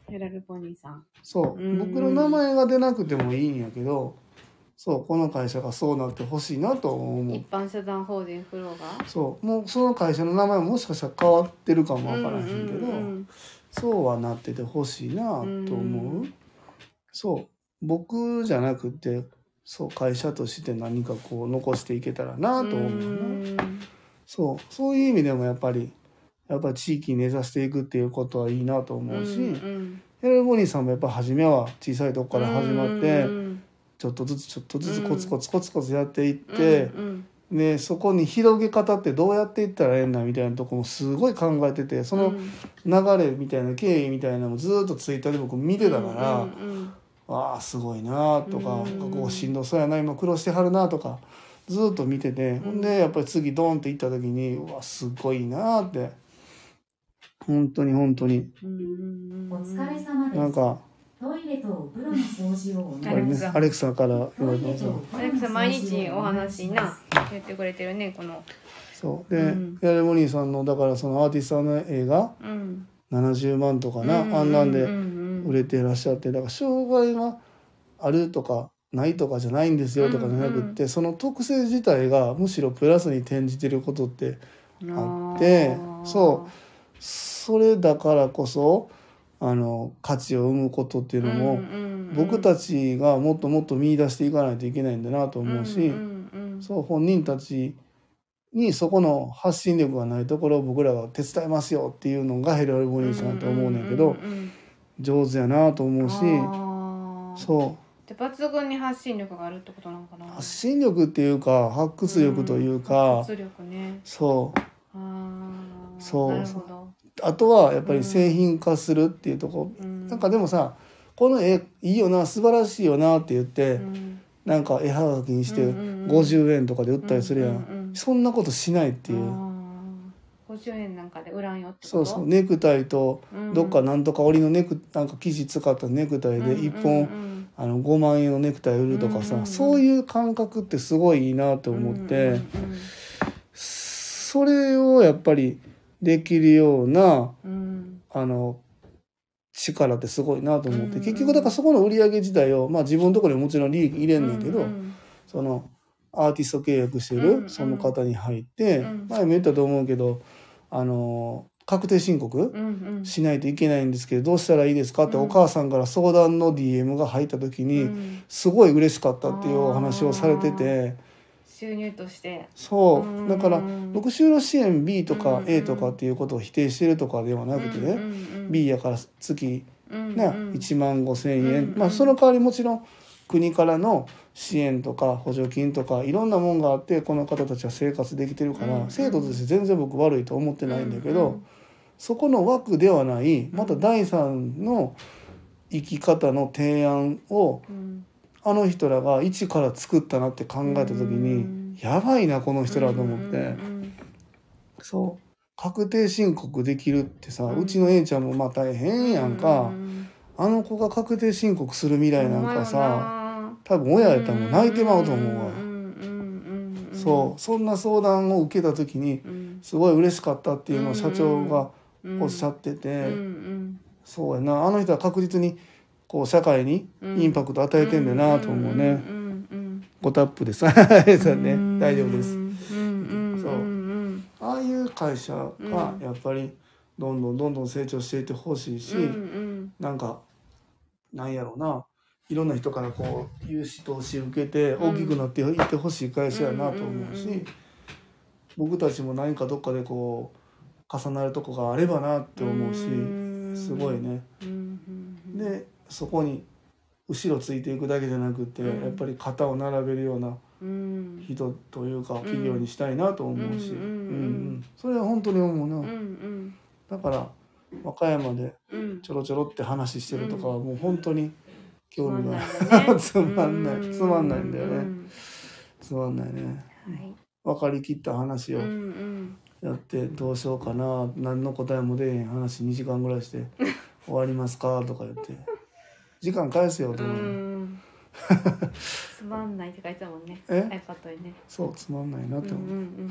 Speaker 1: ヘラルポニーさん。
Speaker 2: う、そ
Speaker 1: う
Speaker 2: う、
Speaker 1: んうん
Speaker 2: 僕の名前が出なくてもいいんやけど、そう、この会社がそうなってほしいなと思う
Speaker 1: 一。般社団法人フローが。
Speaker 2: そう、もうその会社の名前ももしかしたら変わってるかもわからへんけど、
Speaker 1: うんうん
Speaker 2: そうはなっててほしいなと思
Speaker 1: う
Speaker 2: う、
Speaker 1: ん
Speaker 2: そう僕じゃなくてそう会社として何かこう残していけたらな
Speaker 1: う
Speaker 2: と
Speaker 1: ん
Speaker 2: 思うな、
Speaker 1: うん
Speaker 2: そうそういう意味でもやっぱりやっぱ地域に根ざしていくっていうことはいいなと思うし、
Speaker 1: うんうん
Speaker 2: ヘラルボニーさんもやっぱ初めは小さいとこから始まって、
Speaker 1: うんうん
Speaker 2: ちょっとずつちょっとずつコツコツコツコツやっていっ
Speaker 1: うん
Speaker 2: て、
Speaker 1: うん
Speaker 2: ね、そこに広げ方ってどうやっていったらええんだみたいなとこもすごい考えててその
Speaker 1: うん
Speaker 2: 流れみたいな経緯みたいなのもずーっとツイッターで僕見てたから、
Speaker 1: うんうん
Speaker 2: わあすごいなあとか、
Speaker 1: うん
Speaker 2: なんかこうしんどそうやな今苦労してはるなあとかずーっと見てて、ほんでやっぱり次ドンって行った時にうわすごいなあって本当に本当に
Speaker 1: うん
Speaker 4: お疲れ様です。
Speaker 2: なんか
Speaker 4: トイレとお風呂の掃除をお
Speaker 2: これ
Speaker 4: 願い
Speaker 2: ね
Speaker 4: します。
Speaker 2: アレクサから言わ
Speaker 4: ト
Speaker 2: れ
Speaker 4: イ
Speaker 2: た
Speaker 4: レ
Speaker 2: ん
Speaker 4: とお
Speaker 1: ア
Speaker 4: 風
Speaker 1: レック
Speaker 4: 呂の掃除
Speaker 1: さ
Speaker 4: を
Speaker 1: ん毎日お話な言ってくれてるねこの
Speaker 2: そうで、
Speaker 1: うん
Speaker 2: ヘラルモニーさんのだからそのアーティストさんの映画
Speaker 1: うん
Speaker 2: 70万とかな、
Speaker 1: う
Speaker 2: あんなんで
Speaker 1: ううん
Speaker 2: 売れてらっしゃってだから障害があるとかないとかじゃないんですよとかじゃなくって、その特性自体がむしろプラスに転じてることってあって
Speaker 1: ー
Speaker 2: そそれだからこそあの価値を生むことっていうのも、
Speaker 1: うんうんうん
Speaker 2: 僕たちがもっともっと見出していかないといけないんだなと思うし、
Speaker 1: うんうんうん
Speaker 2: そう本人たちにそこの発信力がないところを僕らが手伝いますよっていうのがヘラルボニーさんだと思うねんけど、
Speaker 1: うんうんうん
Speaker 2: 上手やなと
Speaker 1: う
Speaker 2: 思
Speaker 1: ん
Speaker 2: うし、
Speaker 1: あー
Speaker 2: そう
Speaker 1: で抜群に発信力があるってことなのかな
Speaker 2: 発信力っていうか発掘力というか、
Speaker 1: 発力ね
Speaker 2: そう
Speaker 1: あー
Speaker 2: そう
Speaker 1: なるほど
Speaker 2: あとはやっぱり製品化するっていうとこ、
Speaker 1: うん
Speaker 2: なんかでもさこの絵いいよな素晴らしいよなって言って、
Speaker 1: うん
Speaker 2: なんか絵はがきにして
Speaker 1: うんうんうん
Speaker 2: 50円とかで売ったりするやん,、
Speaker 1: うんうんうん
Speaker 2: そんなことしないっていう、
Speaker 1: あー50円なんかで売らんよって
Speaker 2: そ
Speaker 1: こと
Speaker 2: うそうネクタイと
Speaker 1: うん
Speaker 2: どっかなんとか織りのネクなんか生地使ったネクタイで1本、
Speaker 1: うんうん
Speaker 2: あの5万円のネクタイ売るとかさ、
Speaker 1: うんうんうん
Speaker 2: そういう感覚ってすごいいいなと
Speaker 1: うん
Speaker 2: 思って。
Speaker 1: うん
Speaker 2: それをやっぱりできるような
Speaker 1: うんうん
Speaker 2: あの力ってすごいなと思って、
Speaker 1: うん
Speaker 2: 結局だからそこの売り上げ自体を、まあ、自分のところにもちろん利益入れんねんけど、
Speaker 1: うん
Speaker 2: そのアーティスト契約して
Speaker 1: うんう
Speaker 2: る
Speaker 1: ん
Speaker 2: その方に入って、
Speaker 1: うん
Speaker 2: 前も言ったと思うけどあの確定申告
Speaker 1: うんうん
Speaker 2: しないといけないんですけどどうしたらいいですかって
Speaker 1: うん
Speaker 2: お母さんから相談の DM が入った時
Speaker 1: う
Speaker 2: に
Speaker 1: ん
Speaker 2: すごい嬉しかったっていうお話をされてて
Speaker 1: 収入として
Speaker 2: そうだから
Speaker 1: 僕
Speaker 2: 僕就労支援 B と
Speaker 1: う
Speaker 2: か
Speaker 1: ん
Speaker 2: A とかっていうことを否定してるとかではなくてね、B やから月ね、1万5,000
Speaker 1: う
Speaker 2: 円、
Speaker 1: んうん
Speaker 2: まあその代わりもちろん国からの支援とか補助金とかいろんなもんがあってこの方たちは生活できてるから、
Speaker 1: うんうん
Speaker 2: 制度として全然僕悪いと思ってないんだけど、
Speaker 1: うんうん
Speaker 2: そこの枠ではないまた第三の生き方の提案を
Speaker 1: うん
Speaker 2: あの人らが一から作ったなって考えた時に、
Speaker 1: うん
Speaker 2: やばいなこの人らと思って。
Speaker 1: うん
Speaker 2: そう確定申告できるってさ、
Speaker 1: う
Speaker 2: うんちの A ちゃんもまあ大変やんか、あの子が確定申告する未来なんかさ、多分親やったらもう泣いてまうと思うわ、そうそんな相談を受けた時に
Speaker 1: うん、うん
Speaker 2: すごい嬉しかったっていうのを社長が
Speaker 1: うんうん、
Speaker 2: おっしゃって
Speaker 1: う
Speaker 2: て、
Speaker 1: んうん
Speaker 2: そうやなあの人は確実にこう社会に
Speaker 1: うん、
Speaker 2: インパクト与えてんだなと思う
Speaker 1: うん
Speaker 2: ね、
Speaker 1: うん
Speaker 2: ごタップでさそう
Speaker 1: うんう
Speaker 2: ね
Speaker 1: ん、
Speaker 2: 大丈夫です
Speaker 1: うんうんうん
Speaker 2: そう
Speaker 1: うん
Speaker 2: ああいう会社がやっぱりどんどんどんどん成長していってほしいし、
Speaker 1: うんうん
Speaker 2: なんかなんやろうないろんな人からこう融資投資受けて
Speaker 1: うん
Speaker 2: 大きくなっていってほしい会社やなと思うし、
Speaker 1: うんうんうん
Speaker 2: 僕たちも何かどっかでこう重なるとこがあればなって思うし、
Speaker 1: うん
Speaker 2: すごいね。
Speaker 1: うんうんうん
Speaker 2: でそこに後ろついていくだけじゃなくて、
Speaker 1: うん
Speaker 2: やっぱり肩を並べるような
Speaker 1: うん
Speaker 2: 人というか企業にしたいなと思うし、
Speaker 1: うんうんうん
Speaker 2: うんそれは本当に思うな。
Speaker 1: うんうん
Speaker 2: だから和歌山で
Speaker 1: うん
Speaker 2: ちょろちょろって話してるとかはもう本当に
Speaker 1: つ
Speaker 2: 興
Speaker 1: まん
Speaker 2: 味
Speaker 1: な
Speaker 2: が
Speaker 1: いよね
Speaker 2: <laughs> つまんな
Speaker 1: う
Speaker 2: いつまんないんだよ
Speaker 1: う
Speaker 2: ね
Speaker 1: ん
Speaker 2: つまんないね
Speaker 1: はい
Speaker 2: 分かりきった話を
Speaker 1: うんうん
Speaker 2: やってどうしようかな何の答えも出えへん話2時間ぐらい <laughs> して終わりますかとか言って時間返せよと
Speaker 1: う
Speaker 2: 思う、
Speaker 1: んつまんないって書いてたもんね。
Speaker 2: え
Speaker 1: iPad にね。
Speaker 2: そうつまんないなって
Speaker 1: う
Speaker 2: 思う、
Speaker 1: んうん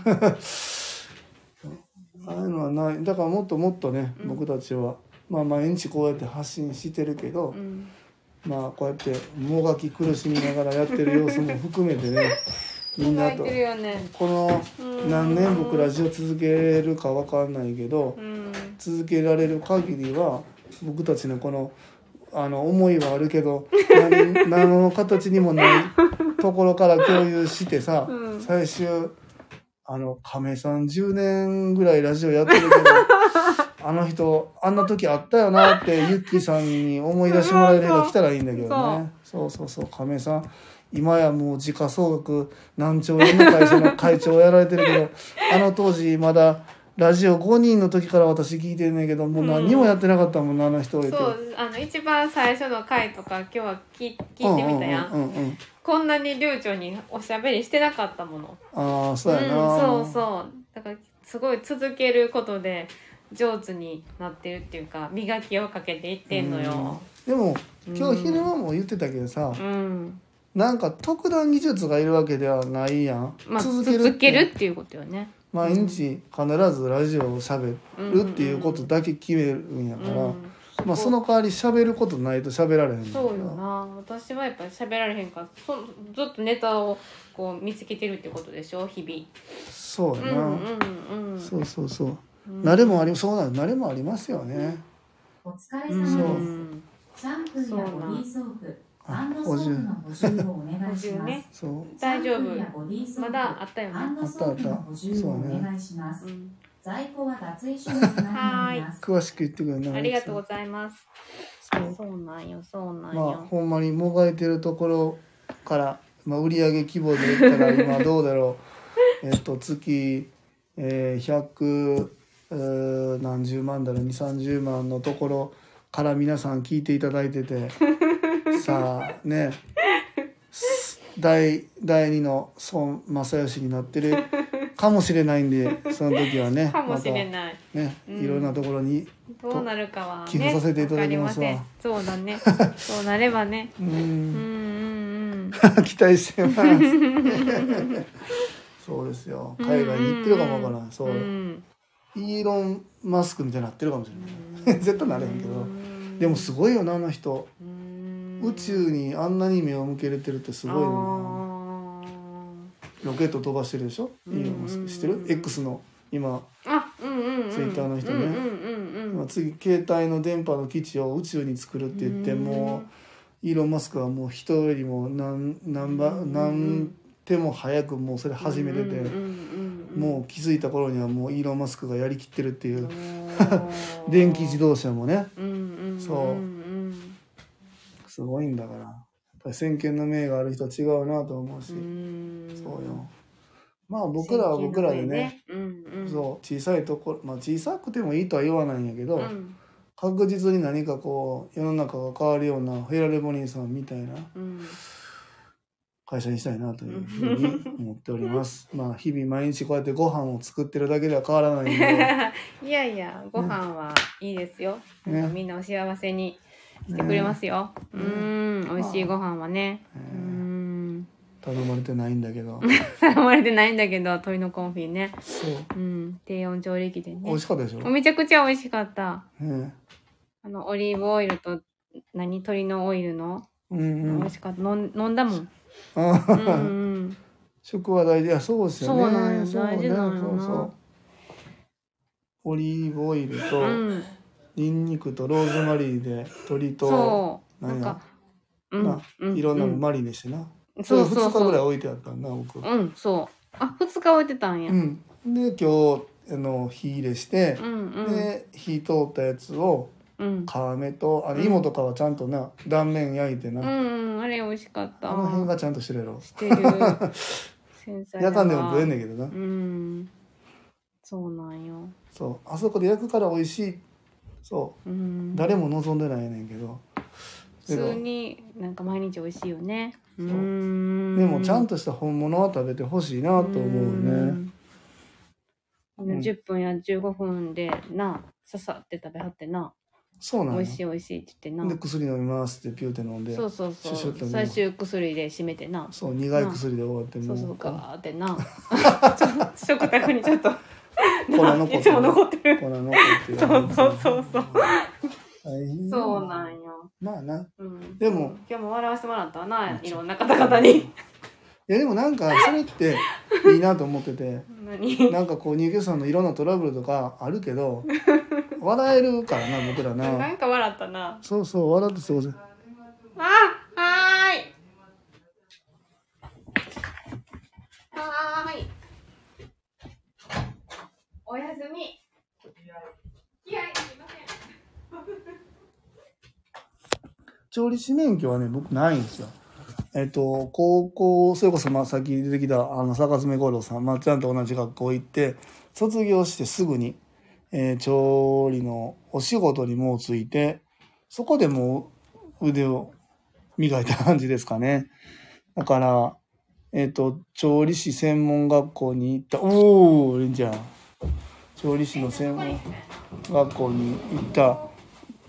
Speaker 2: ああいうのはないだからもっともっとね、
Speaker 1: うん
Speaker 2: 僕たちはまあ毎日こうやって発信してるけど
Speaker 1: う、ん
Speaker 2: まあこうやってもがき苦しみながらやってる様子 <laughs> も含めてね
Speaker 1: うん。
Speaker 2: みんな
Speaker 1: 考
Speaker 2: と
Speaker 1: えてるよね。
Speaker 2: この何年僕ラジオ続けるかわかんないけど
Speaker 1: うん
Speaker 2: 続けられる限りは僕たちのこのあの思いはあるけど何 <laughs> 何の形にもないところから共有してさ、
Speaker 1: うん
Speaker 2: 最終あの亀さん10年ぐらいラジオやってるけど
Speaker 1: <laughs>
Speaker 2: あの人あんな時あったよなってゆっきさんに思い出してもらえる日が来たらいいんだけどねそうそうそう亀さん今やもう時価総額何兆円の会社の会長をやられてるけどあの当時まだラジオ5人の時から私聞いてんねんけどもう何にもやってなかったもんなあの人を
Speaker 1: そ
Speaker 2: 言って。
Speaker 1: うあの一番最初の回とか今日は聞い聞いてみたやん,、
Speaker 2: うんうんうんうん
Speaker 1: こんなに流暢におしゃべりしてなかったもの
Speaker 2: ああそうやな、
Speaker 1: ん、そうそうだからすごい続けることで上手になってるっていうか磨きをかけていってんのよ
Speaker 2: でも
Speaker 1: うん
Speaker 2: 今日昼間も言ってたけどさ、
Speaker 1: うん、
Speaker 2: なんか特段技術がいるわけではないやん、
Speaker 1: まあ続
Speaker 2: 続
Speaker 1: け
Speaker 2: ける
Speaker 1: る
Speaker 2: って
Speaker 1: っていうことよね
Speaker 2: 毎日必ずラジオをしゃべるっていうことだけ決めるんや
Speaker 1: う
Speaker 2: から、
Speaker 1: ん
Speaker 2: まあ、その代わりしゃべることないとしゃべられへんから
Speaker 1: そうよな私はやっぱり喋られへんからそずっとネタをこう見つけてるってことでしょ日
Speaker 2: そう
Speaker 1: 々
Speaker 2: やな、
Speaker 1: うんうんうん
Speaker 2: そうそうそう、
Speaker 1: うん
Speaker 2: 慣れもありそうなん慣れもありますよね、
Speaker 4: お疲れ
Speaker 1: う
Speaker 4: 様です。
Speaker 1: ん
Speaker 4: シャンプーやボディーソープ、
Speaker 2: そう
Speaker 4: ハンドソープの補充をお願いし
Speaker 1: 補充
Speaker 4: ま
Speaker 1: ね
Speaker 4: す。
Speaker 2: そう
Speaker 1: 大丈夫
Speaker 4: シャンプーやボディーソー
Speaker 1: ま
Speaker 4: プ
Speaker 1: だあったよ
Speaker 4: ハ
Speaker 1: ね
Speaker 4: ンドソープの補充をお願いします。
Speaker 1: うん
Speaker 4: 在庫は脱衣所になります。
Speaker 2: 詳しく言ってくれな
Speaker 1: ありがとうご
Speaker 2: う
Speaker 1: ざいます。そうなんよ、そうなん
Speaker 2: まあ
Speaker 1: よ。
Speaker 2: ほんまにもがいてるところから、まあ、売上規模で言った
Speaker 1: <laughs>
Speaker 2: ら今どうだろうえっと月、えー、100うー何十万だろう2三3 0万のところから皆さん聞いていただい
Speaker 1: <laughs>
Speaker 2: ててさあねす第第2の孫正義になってるかもしれないんでその時はね
Speaker 1: <laughs> かもしれ
Speaker 2: ま
Speaker 1: ない。
Speaker 2: たね
Speaker 1: うん
Speaker 2: いろんなところに、
Speaker 1: どうなるかは
Speaker 2: 寄付
Speaker 1: ね、
Speaker 2: させていただきますわ
Speaker 1: わかりせんそうだ
Speaker 2: <laughs>
Speaker 1: ね。そうなればね。
Speaker 2: う
Speaker 1: うん
Speaker 2: ん
Speaker 1: うんうん。
Speaker 2: 期待してます。 <laughs> そうですよ。海外に行ってるかもわからん。そう。
Speaker 1: ん
Speaker 2: イーロン・マスクみたいになってるかもしれない。絶対なれへんけど。でもす
Speaker 1: ご
Speaker 2: ごいよな、あの人。
Speaker 1: い
Speaker 2: 宇宙にあんなに目を向けれてるってすごいよな。ロケット飛ばしてるでしょイ
Speaker 1: うん
Speaker 2: ーロン・マスク。知って
Speaker 1: う
Speaker 2: る
Speaker 1: ん
Speaker 2: ?X の今、
Speaker 1: あー、うんうんうん。
Speaker 2: Twitter の人ね
Speaker 1: うんうんう
Speaker 2: 今
Speaker 1: ん。
Speaker 2: 次、携帯の電波の基地を宇宙に作るって言って、もう、イーロン・マスクはもう人よりも何、何番、何手も早くもうそれ始めてて。もう気づいた頃にはもうイーロン・マスクがやりきってるっていうう電気自動車もね
Speaker 1: 動。うんうんうんうん
Speaker 2: そうすごいんだからぱり先見の明がある人は違うなと思うし、
Speaker 1: ん
Speaker 2: そうよまあ僕らは僕らでね。
Speaker 1: うんうん。
Speaker 2: そう小さいところまあ小さくてもいいとは言わないんやけど、
Speaker 1: うん。
Speaker 2: 確実に何かこう世の中が変わるようなヘラルボニーさんみたいな
Speaker 1: うん。
Speaker 2: 会社にしたいなというふうに思っております。まあ日々毎日こうやってご飯を作ってるだけでは変わらないんで、
Speaker 1: <laughs> いやいや、ご飯はいいですよ。
Speaker 2: ね
Speaker 1: なんかみんなお幸せにしてくれますよ。
Speaker 2: ね
Speaker 1: うん、美味しいご飯はね。うん。
Speaker 2: 頼まれてないんだけど、
Speaker 1: 頼まれてないんだけど、鶏のコンフィね。
Speaker 2: そ
Speaker 1: う
Speaker 2: う
Speaker 1: ん、低温調理器で
Speaker 2: 美
Speaker 1: ね
Speaker 2: 味。しかったでしょ。
Speaker 1: めちゃくちゃ美味しかった。
Speaker 2: ね、
Speaker 1: あのオリーブオイルと何鶏のオイルの、
Speaker 2: うんう
Speaker 1: 美
Speaker 2: ん
Speaker 1: 味。しかった。飲ん飲んだ
Speaker 2: <laughs>
Speaker 1: もん。
Speaker 2: あ
Speaker 1: う
Speaker 2: は
Speaker 1: んう
Speaker 2: は
Speaker 1: ん。
Speaker 2: 食は大事。いやそうですよね。
Speaker 1: そうなんよ
Speaker 2: そうね
Speaker 1: 大事なんよな
Speaker 2: そうそう。オリーブオイルと
Speaker 1: うん、
Speaker 2: ニンニクとローズマリーで鶏と
Speaker 1: そう
Speaker 2: な
Speaker 1: なんんか
Speaker 2: や、
Speaker 1: うん
Speaker 2: な、
Speaker 1: う
Speaker 2: いろんなの
Speaker 1: う
Speaker 2: マリネしてな。
Speaker 1: そう
Speaker 2: そ
Speaker 1: そ
Speaker 2: れ
Speaker 1: う
Speaker 2: 二日ぐらい
Speaker 1: そ
Speaker 2: 置いてあったんだ僕。
Speaker 1: う。うん、そう。あ、二日置いてたんや。
Speaker 2: う
Speaker 1: うん
Speaker 2: ん。で今日あの火入れして。
Speaker 1: うん
Speaker 2: で火通ったやつを
Speaker 1: うん。
Speaker 2: 皮目とあの
Speaker 1: うん
Speaker 2: 芋とかはちゃんとな断面焼いてな、
Speaker 1: う
Speaker 2: あ
Speaker 1: んうん、あれ美味しかった。
Speaker 2: の辺がちゃんとしてるやろ <laughs>
Speaker 1: してる。繊細
Speaker 2: 焼かんでも食えんね
Speaker 1: ん
Speaker 2: んけどな、
Speaker 1: うん。そうなんよ。
Speaker 2: そうあそこで焼くから美味しいそう
Speaker 1: うん。
Speaker 2: 誰も望んでないねんけど
Speaker 1: 普通になんか毎日美味しいよね。う。
Speaker 2: うんでもちゃんとした本物は食べてほしいなと思うね
Speaker 1: うん。あ
Speaker 2: う
Speaker 1: の
Speaker 2: ん
Speaker 1: 10分や15分でな、ささって食べはってな、
Speaker 2: そうな
Speaker 1: 美
Speaker 2: の
Speaker 1: 味しい美味しいって言って
Speaker 2: で
Speaker 1: な。
Speaker 2: 薬飲みますってピューって飲んで
Speaker 1: そうそう
Speaker 2: シュシ
Speaker 1: そ
Speaker 2: ュッと
Speaker 1: う。
Speaker 2: ね
Speaker 1: 最終薬で締めてな。
Speaker 2: そう苦い薬で終わっても
Speaker 1: そううそう、ガーってな。
Speaker 2: <laughs>
Speaker 1: ちょ <laughs> 食卓にちょっと、
Speaker 2: 粉残ってる
Speaker 1: いつも残ってる。
Speaker 2: 粉残ってる
Speaker 1: そうそうそうそう
Speaker 2: 大変
Speaker 1: そうなんよ。
Speaker 2: まあな
Speaker 1: うん、
Speaker 2: でも
Speaker 1: 今日も笑わせてもらったわな、いろんな方々に。
Speaker 2: いやでもなんかそれっていいなと思ってて
Speaker 1: 何
Speaker 2: なんかこう入居者さんのいろんなトラブルとかあるけど笑えるからな僕
Speaker 1: <laughs>
Speaker 2: ら
Speaker 1: な
Speaker 2: なん
Speaker 1: か笑ったな。
Speaker 2: そうそう笑って過ごせ
Speaker 1: あ、はーい。はーい。おやすみ。気合いすいません。
Speaker 2: 調理師免許はね僕ないんですよえっと高校それこそまあさっき出てきたあの坂爪五郎さんまっちゃんと同じ学校行って卒業してすぐに、えー調理のお仕事にもうついてそこでもう腕を磨いた感じですかねだからえっ、と調理師専門学校に行ったおおレンちゃん調理師の専門学校に行った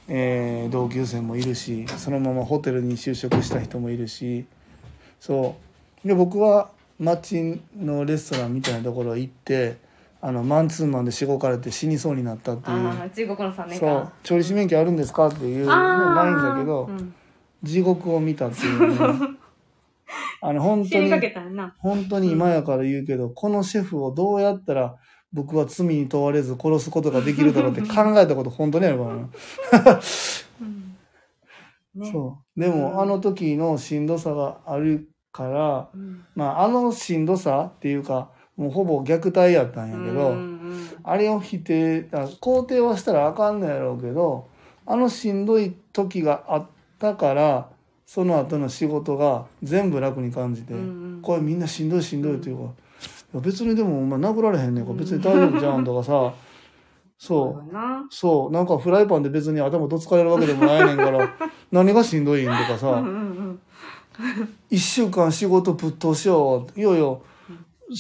Speaker 2: えー同級生もいるしそのままホテルに就職した人もいるしそうで僕は町のレストランみたいなところ行ってあのマンツーマンでしごかれて死にそうになったって
Speaker 1: あ
Speaker 2: い
Speaker 1: あ、中国の三
Speaker 2: う
Speaker 1: 年
Speaker 2: そ
Speaker 1: 間
Speaker 2: う。調理師免許あるんですかっていうのないんだけど、
Speaker 1: あーうん
Speaker 2: 地獄を見たっていうねあの本
Speaker 1: 死
Speaker 2: 当
Speaker 1: に
Speaker 2: に
Speaker 1: かけたんやな。
Speaker 2: 本当に今やから言うけど、このシェフをどうやったら僕は罪に問われず殺すことができるだろ
Speaker 1: <laughs>
Speaker 2: うって考えたこと本当にあるからな。
Speaker 1: うんね。
Speaker 2: そう。でも、
Speaker 1: うん
Speaker 2: あの時のしんどさがあるから、
Speaker 1: うん
Speaker 2: まあ、あのしんどさっていうか、もうほぼ虐待やったんやけど、
Speaker 1: うん
Speaker 2: あれを否定、あ肯定はしたらあかんのやろうけど、あのしんどい時があったから、その後の仕事が全部楽に感じて、
Speaker 1: うんうん
Speaker 2: これみんなしんどいしんどいというか、いや別にでもお前殴られへんねんから別に大丈夫じゃんと
Speaker 1: <laughs>
Speaker 2: かさ、そ
Speaker 1: そ
Speaker 2: う。
Speaker 1: うだな。
Speaker 2: そう、なんかフライパンで別に頭どつかれるわけでもないねん
Speaker 1: <laughs>
Speaker 2: から、何がしんどいんとか
Speaker 1: うん
Speaker 2: さ、
Speaker 1: うんうん。
Speaker 2: 一週間仕事ぶっ通しよう。いやいや、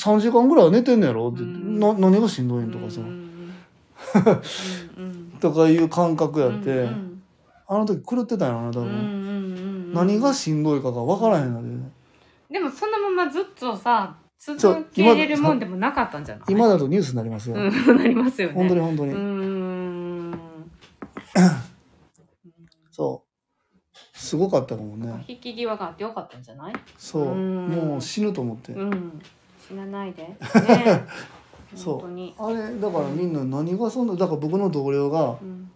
Speaker 2: 3時間ぐらいは寝てんねやろって、
Speaker 1: うん
Speaker 2: な何がしんどいんと
Speaker 1: うん
Speaker 2: かさ
Speaker 1: う、んうん
Speaker 2: とかいう感覚やっ
Speaker 1: うん
Speaker 2: て、
Speaker 1: うん
Speaker 2: あの時狂ってたんやろな、多
Speaker 1: うん
Speaker 2: 分。
Speaker 1: うん
Speaker 2: 何がしんどいかが分からへんので、
Speaker 1: でもそのままずっとさ
Speaker 2: そう
Speaker 1: 続
Speaker 2: 今
Speaker 1: けれるもんでもなかったんじゃない
Speaker 2: 今だとニュースになりますよ。
Speaker 1: うん <laughs> なりますよね
Speaker 2: 本当に本当に。
Speaker 1: うーん
Speaker 2: そう。すごかったかもね。
Speaker 1: 引き際があってよかったんじゃない
Speaker 2: そう。
Speaker 1: うん
Speaker 2: もう死ぬと思って。
Speaker 1: うん死なないでね
Speaker 2: <laughs> そう
Speaker 1: 本当に
Speaker 2: あれ、だからみんな何がそんな、だから僕の同僚が、
Speaker 1: うん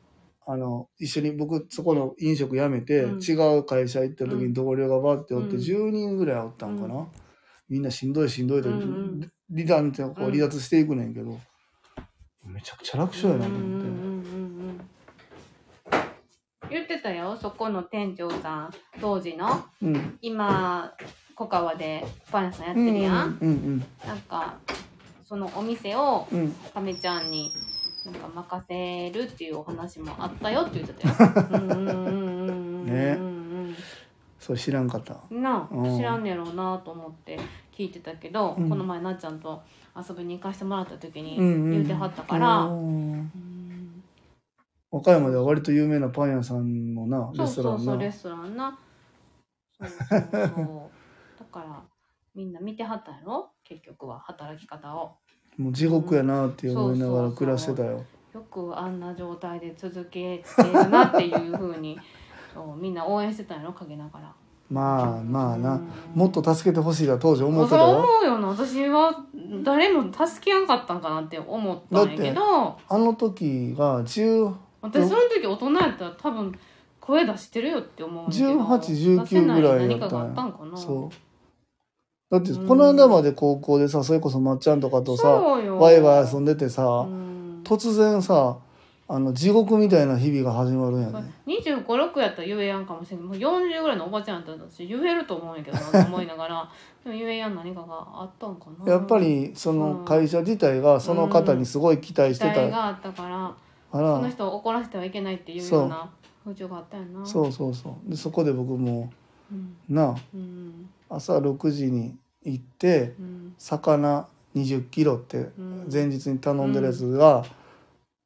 Speaker 2: あの、一緒に僕、そこの飲食辞めて、
Speaker 1: うん
Speaker 2: 違う会社行った時
Speaker 1: うん
Speaker 2: に同僚がバっておって、
Speaker 1: うん
Speaker 2: 10人ぐらいおったんかな。みんなしんどいしんどいと、
Speaker 1: うんうん
Speaker 2: 離脱ってこう
Speaker 1: うん
Speaker 2: 離脱していくねんけど、めちゃくちゃ楽勝やなと
Speaker 1: うんうん
Speaker 2: 思
Speaker 1: う
Speaker 2: って。
Speaker 1: んうんうん言ってたよ、そこの店長さん、当時の。
Speaker 2: うん。
Speaker 1: 今、小川でパン屋さんやってるやん。
Speaker 2: うん
Speaker 1: なんか、そのお店を
Speaker 2: うんうん。
Speaker 1: 亀ちゃんになんか任せるっていうお話もあったよって言って
Speaker 2: <laughs>
Speaker 1: たよ。うんうんうんうんうんうんうん。
Speaker 2: ねそう知らんかった。
Speaker 1: なあ
Speaker 2: うん
Speaker 1: 知らんねやろうなと思って聞いてたけど、
Speaker 2: うん
Speaker 1: この前なっちゃんと遊びに行かせてもらった時に
Speaker 2: うんうん
Speaker 1: 言うてはったから、
Speaker 2: あー
Speaker 1: うん
Speaker 2: 和歌山では割と有名なパン屋さんのな、
Speaker 1: そ
Speaker 2: レ
Speaker 1: う
Speaker 2: スト
Speaker 1: そ
Speaker 2: ラ
Speaker 1: う
Speaker 2: ン
Speaker 1: そ
Speaker 2: な。
Speaker 1: うレストランなそうそうそうだ
Speaker 2: <laughs>
Speaker 1: からみんな見てはったやろ結局は働き方を
Speaker 2: もう地獄やなって思いながら暮らしてたよ。
Speaker 1: よくあんな状態で続けてるなっていうふうにそうみんな応援してたやろ陰ながら
Speaker 2: まあまあ
Speaker 1: う
Speaker 2: な。
Speaker 1: ん
Speaker 2: もっと助けてほしいが当時思って
Speaker 1: そう
Speaker 2: た
Speaker 1: 思
Speaker 2: よ。
Speaker 1: うよな私は誰も助けやんかったんかなって思ったんやけど
Speaker 2: あの時が10
Speaker 1: 私その時大人やったら多分声出してるよって思うんだけど
Speaker 2: 18 19ぐらいや
Speaker 1: 出せな
Speaker 2: ったんや
Speaker 1: 何かがあったんかな
Speaker 2: そう。だってこの間まで高校でさ、それこそまっちゃんとかとさ、
Speaker 1: そうよ
Speaker 2: ワイワイ遊んでてさ、
Speaker 1: うん
Speaker 2: 突然さ、あの地獄みたいな日々が始まるんやね。
Speaker 1: 25、6やったら言えやんかもしれんもう40ぐらいのおばちゃんやったら私言えると思うんやけどなと思いなが
Speaker 2: <laughs>
Speaker 1: らでも言えやん何かがあったんかな
Speaker 2: やっぱりその会社自体がその方にすごい期待し
Speaker 1: 期
Speaker 2: てた
Speaker 1: 待
Speaker 2: か
Speaker 1: があったからその
Speaker 2: ら、
Speaker 1: 人を怒らせてはいけないっていうような風潮があったよな
Speaker 2: そうそうそう。でそこで僕も
Speaker 1: うん
Speaker 2: な
Speaker 1: うん
Speaker 2: 朝6時に行って
Speaker 1: うん
Speaker 2: 魚20キロって
Speaker 1: うん
Speaker 2: 前日に頼んでるやつが、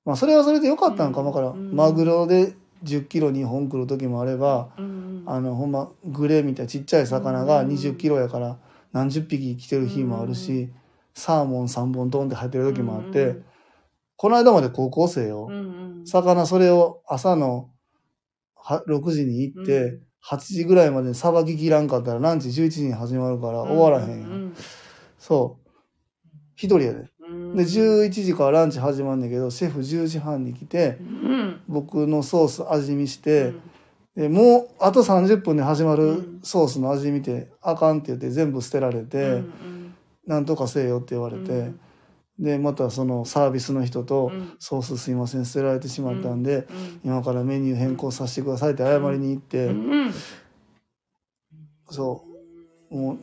Speaker 2: まあそれはそれで良かったんか
Speaker 1: うん
Speaker 2: もから、
Speaker 1: うん
Speaker 2: マグロで10キロ2本来る時もあれば、
Speaker 1: うん
Speaker 2: あのほんまグレーみたいなちっちゃい魚が
Speaker 1: うん
Speaker 2: 20キロやから何十匹来てる日もあるし、サーモン3本ドンって入ってる時もあって、この間まで高校生よ、
Speaker 1: うんうん
Speaker 2: 魚それを朝のは6時に行って、
Speaker 1: うん
Speaker 2: 8時ぐらいまでにさばききらんかったらランチ11時に始まるから終わらへんやん、
Speaker 1: うん
Speaker 2: そう一人やで
Speaker 1: うん
Speaker 2: で11時からランチ始まんねんけどシェフ10時半に来て
Speaker 1: うん
Speaker 2: 僕のソース味見し
Speaker 1: う
Speaker 2: て、
Speaker 1: ん
Speaker 2: でもうあと30分で始ま
Speaker 1: う
Speaker 2: る
Speaker 1: ん
Speaker 2: ソースの味見て、あかんって言って全部捨てられて、
Speaker 1: うん
Speaker 2: なんとかせえよって言わ
Speaker 1: う
Speaker 2: れ
Speaker 1: ん
Speaker 2: て、でまたそのサービスの人と、
Speaker 1: うん
Speaker 2: ソースすいません捨てられてしまったんで、
Speaker 1: うん
Speaker 2: 今からメニュー変更させてくださいって謝りに行って、
Speaker 1: うん
Speaker 2: そうもう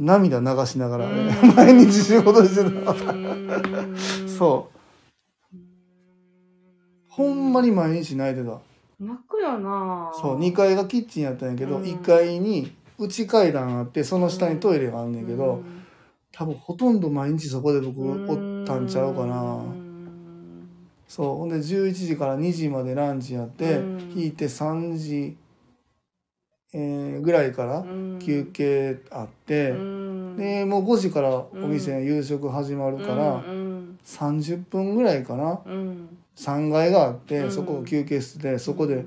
Speaker 2: 涙流しながらね、
Speaker 1: うん
Speaker 2: <laughs> 毎日仕事してた、
Speaker 1: うん
Speaker 2: そうほんまに毎日泣いてた
Speaker 1: 泣くよな
Speaker 2: そう2階がキッチンやったんやけど、
Speaker 1: うん
Speaker 2: 1階に内階段あってその下にトイレがあんねんけど、多分ほとんど毎日そこで僕おったんちゃうかな、
Speaker 1: うん
Speaker 2: そうほんで11時から2時までランチやって、
Speaker 1: うん
Speaker 2: 引いて3時、えーぐらいから休憩あって、
Speaker 1: うん
Speaker 2: でもう5時からお店の夕食始まるから、
Speaker 1: うん
Speaker 2: 30分ぐらいかな
Speaker 1: うんうん
Speaker 2: 3階があって、
Speaker 1: うん
Speaker 2: そこを休憩室でそこで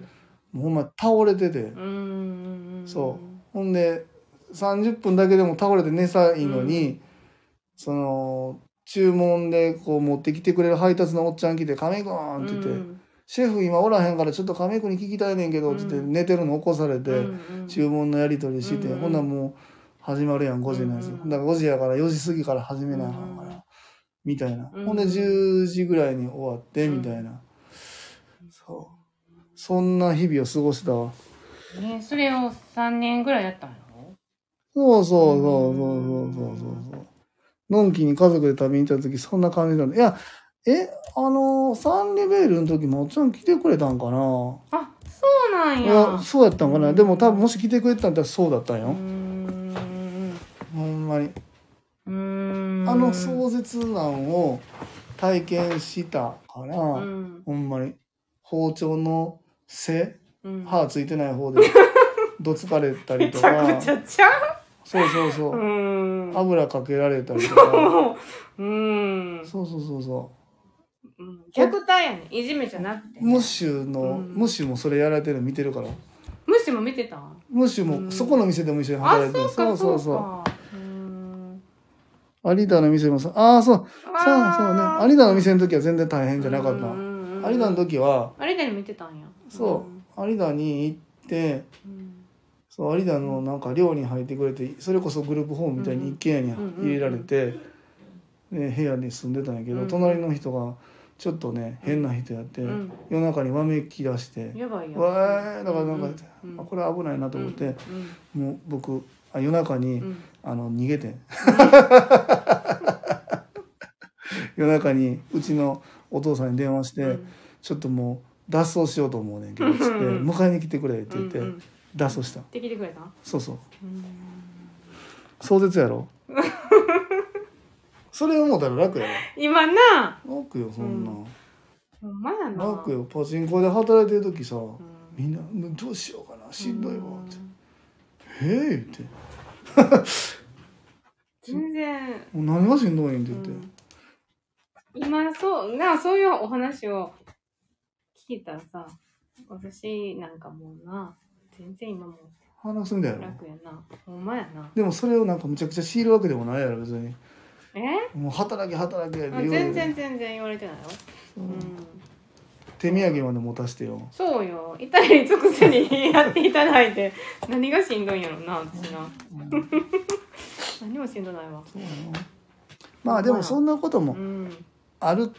Speaker 2: もうほんま倒れてて、
Speaker 1: うん
Speaker 2: そほんで30分だけでも倒れて寝たいのに、その注文でこう持ってきてくれる配達のおっちゃん来て「亀くん」って言って、
Speaker 1: うん
Speaker 2: シェフ今おらへんからちょっと亀くんに聞きたいねんけど」って言って
Speaker 1: うん
Speaker 2: 寝てるの起こされ
Speaker 1: う
Speaker 2: て、
Speaker 1: んうん
Speaker 2: 注文のやり取りしてて、
Speaker 1: うん
Speaker 2: ほんならもう始まるやん5時のやつ、
Speaker 1: うん
Speaker 2: だから5時やから4時過ぎから始めなあかんから、
Speaker 1: うん
Speaker 2: みたいな、
Speaker 1: うん
Speaker 2: ほんで10時ぐらいに終わってみたいな、そうそんな日々を過ごしてたわ
Speaker 1: ねそれを3年ぐらいやったの
Speaker 2: そうそうそうそうそうそうそうそう。のんきに家族で旅に行った時そんな感じなんだ。いや、え、あのーサンリベールの時もおっちゃん来てくれたんかな
Speaker 1: あそうなん
Speaker 2: い
Speaker 1: や
Speaker 2: や、そうやったんか
Speaker 1: う
Speaker 2: なんでも多分もし来てくれてたんだったらそうだったん
Speaker 1: う
Speaker 2: よ。
Speaker 1: ん
Speaker 2: ほんまに。
Speaker 1: うん
Speaker 2: あの壮絶なんを体験したから、
Speaker 1: うん
Speaker 2: ほんまに。包丁の背、
Speaker 1: うん
Speaker 2: 歯ついてない
Speaker 1: <laughs>
Speaker 2: 方で、どつかれたり
Speaker 1: め
Speaker 2: と
Speaker 1: ちゃ
Speaker 2: か
Speaker 1: くち、ゃちゃ
Speaker 2: そうそうそうう、
Speaker 1: ん
Speaker 2: 油かけられたりとか、
Speaker 1: うん
Speaker 2: そうそうそうそ
Speaker 1: う
Speaker 2: う。
Speaker 1: ん虐待やねいじめじゃなくて
Speaker 2: ムッシュの、
Speaker 1: うん
Speaker 2: ムッシュもそれやられてるの見てるから
Speaker 1: 無視も見てた
Speaker 2: ムッシュ
Speaker 1: う
Speaker 2: も
Speaker 1: ん
Speaker 2: そこの店でも一緒に
Speaker 1: あ
Speaker 2: 働いてる、
Speaker 1: そうかそう
Speaker 2: そ
Speaker 1: かうん
Speaker 2: う有田の店もさああそうそうそうね有田の店の時は全然大変じゃなかった
Speaker 1: た
Speaker 2: 有田の時は
Speaker 1: 有田に見てたんや
Speaker 2: そ有田に行って
Speaker 1: うん
Speaker 2: そう有田のなんか寮に入ってくれてそれこそグループホームみたいに一軒家に
Speaker 1: うんうん
Speaker 2: 入れられて、で部屋に住んでたんやけど、
Speaker 1: うん
Speaker 2: 隣の人が「ちょっとね変な人やって、
Speaker 1: うん
Speaker 2: 夜中にわめき出して、
Speaker 1: やばいやばい
Speaker 2: わーいだからなんか、
Speaker 1: うん
Speaker 2: あこれ危ないなと思って、
Speaker 1: うん
Speaker 2: もう僕あ夜中に、
Speaker 1: うんうん
Speaker 2: あの逃
Speaker 1: <laughs>
Speaker 2: げて夜中にうちのお父さんに電話して、
Speaker 1: うん
Speaker 2: ちょっともう脱走しようと思うねんけど」つって「
Speaker 1: うん
Speaker 2: 迎えに来てくれ」って言って、
Speaker 1: うんうん
Speaker 2: 脱走した
Speaker 1: できてくれた
Speaker 2: そうそう
Speaker 1: うん
Speaker 2: 壮絶やろ <laughs> それ思ったら楽や
Speaker 1: 今な
Speaker 2: ろ楽よそんな、
Speaker 1: うんほんまやな
Speaker 2: 楽よパチンコで働いてる時さ、
Speaker 1: うん
Speaker 2: みんな「どうしようかなしんどいわ」って「へえ」って
Speaker 1: 全然
Speaker 2: 「もう何がしんどいん?」って言って、
Speaker 1: うん今そうなそういうお話を聞いたらさ私なんかもうな全然今もう
Speaker 2: 話すんだよ
Speaker 1: 楽やなほんまやな
Speaker 2: でもそれをなんかむちゃくちゃ強いるわけでもないやろ別に
Speaker 1: え
Speaker 2: もう働け働けって
Speaker 1: あ
Speaker 2: 言う
Speaker 1: 全然全然言われてないよ、
Speaker 2: う
Speaker 1: うんん、
Speaker 2: 手土産まで持たしてよ
Speaker 1: そうよイタリアに尽くせにやっていただいて何がしんどいんやろな私な
Speaker 2: うん
Speaker 1: 何もしんどないわ
Speaker 2: そうやなまあでもそんなこと
Speaker 1: う
Speaker 2: も
Speaker 1: ん
Speaker 2: ある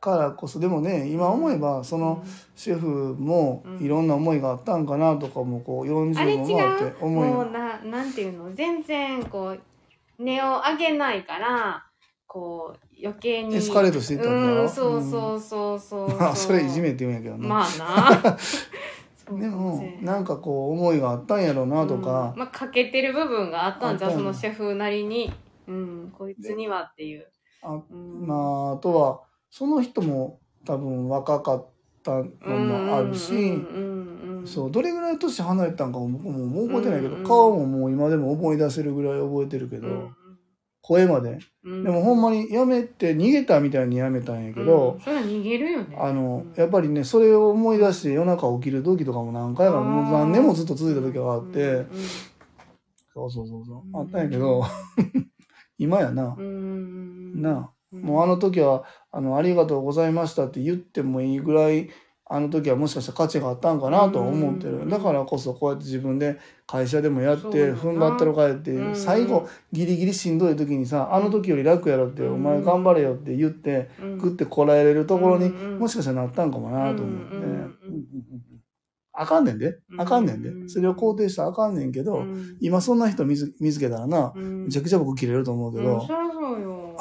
Speaker 2: からこそでもね今思えばそのシェフもいろんな思いがあったんかなとかもこう
Speaker 1: あれ違
Speaker 2: 40も
Speaker 1: う
Speaker 2: 回って思い
Speaker 1: もう
Speaker 2: が
Speaker 1: ななんていうの全然こう値を上げないからこう余計に
Speaker 2: エスカレートしていったんだ
Speaker 1: うんそうそうそうそうう、
Speaker 2: まあ <laughs> それいじめって言うんやけ <laughs> どな
Speaker 1: まあ
Speaker 2: <laughs>
Speaker 1: な
Speaker 2: でも
Speaker 1: ん
Speaker 2: なんかこう思いがあったんやろうなとか
Speaker 1: まあ欠けてる部分があったんじゃ
Speaker 2: あ
Speaker 1: う
Speaker 2: った
Speaker 1: そ
Speaker 2: ん
Speaker 1: の
Speaker 2: や
Speaker 1: シェフなりにうんこいつにはっていう
Speaker 2: あ
Speaker 1: うん
Speaker 2: まああとはその人も多分若かったのもあるし、
Speaker 1: うんうんうん
Speaker 2: そうどれぐらい年離れてたんかも僕ももう覚えてないけど、
Speaker 1: うんうん
Speaker 2: 顔ももう今でも思い出せるぐらい覚えてるけ
Speaker 1: う
Speaker 2: ど、
Speaker 1: ん
Speaker 2: 声まで
Speaker 1: うん
Speaker 2: でもほんまにやめて逃げたみたいにやめたんやけ
Speaker 1: う
Speaker 2: ど
Speaker 1: ん、それは逃げるよね
Speaker 2: あの
Speaker 1: うん
Speaker 2: やっぱりねそれを思い出して夜中起きる時とかも何回かもう何年もずっと続いた時があって、
Speaker 1: うん
Speaker 2: そうそうそうそううんあったんやけど今やな
Speaker 1: う、んうん
Speaker 2: なあ
Speaker 1: うん
Speaker 2: もうあの時はあの「ありがとうございました」って言ってもいいぐらいあの時はもしかしたら価値があったんかなとは思って
Speaker 1: う
Speaker 2: る
Speaker 1: ん
Speaker 2: だからこそこうやって自分で会社でもやっ
Speaker 1: そう
Speaker 2: て
Speaker 1: だな
Speaker 2: 踏ん張ってるかやって
Speaker 1: うん
Speaker 2: 最後ギリギリしんどい時にさ「あの時より楽やろ」って「
Speaker 1: うん
Speaker 2: お前頑張れよ」って言って
Speaker 1: うん
Speaker 2: グッてこらえれるところに
Speaker 1: うん
Speaker 2: もしかしたらなったんかもなと思って
Speaker 1: うんうんうん
Speaker 2: うんうんうんあかんねんであかんねん
Speaker 1: う
Speaker 2: で
Speaker 1: ん
Speaker 2: それを肯定したらあかんねんけ
Speaker 1: う
Speaker 2: ど
Speaker 1: ん
Speaker 2: 今そんな人見つ見つけたらな
Speaker 1: うん
Speaker 2: めちゃくちゃ僕切れると思うけ
Speaker 1: うん
Speaker 2: ど
Speaker 1: そ。りゃそうよ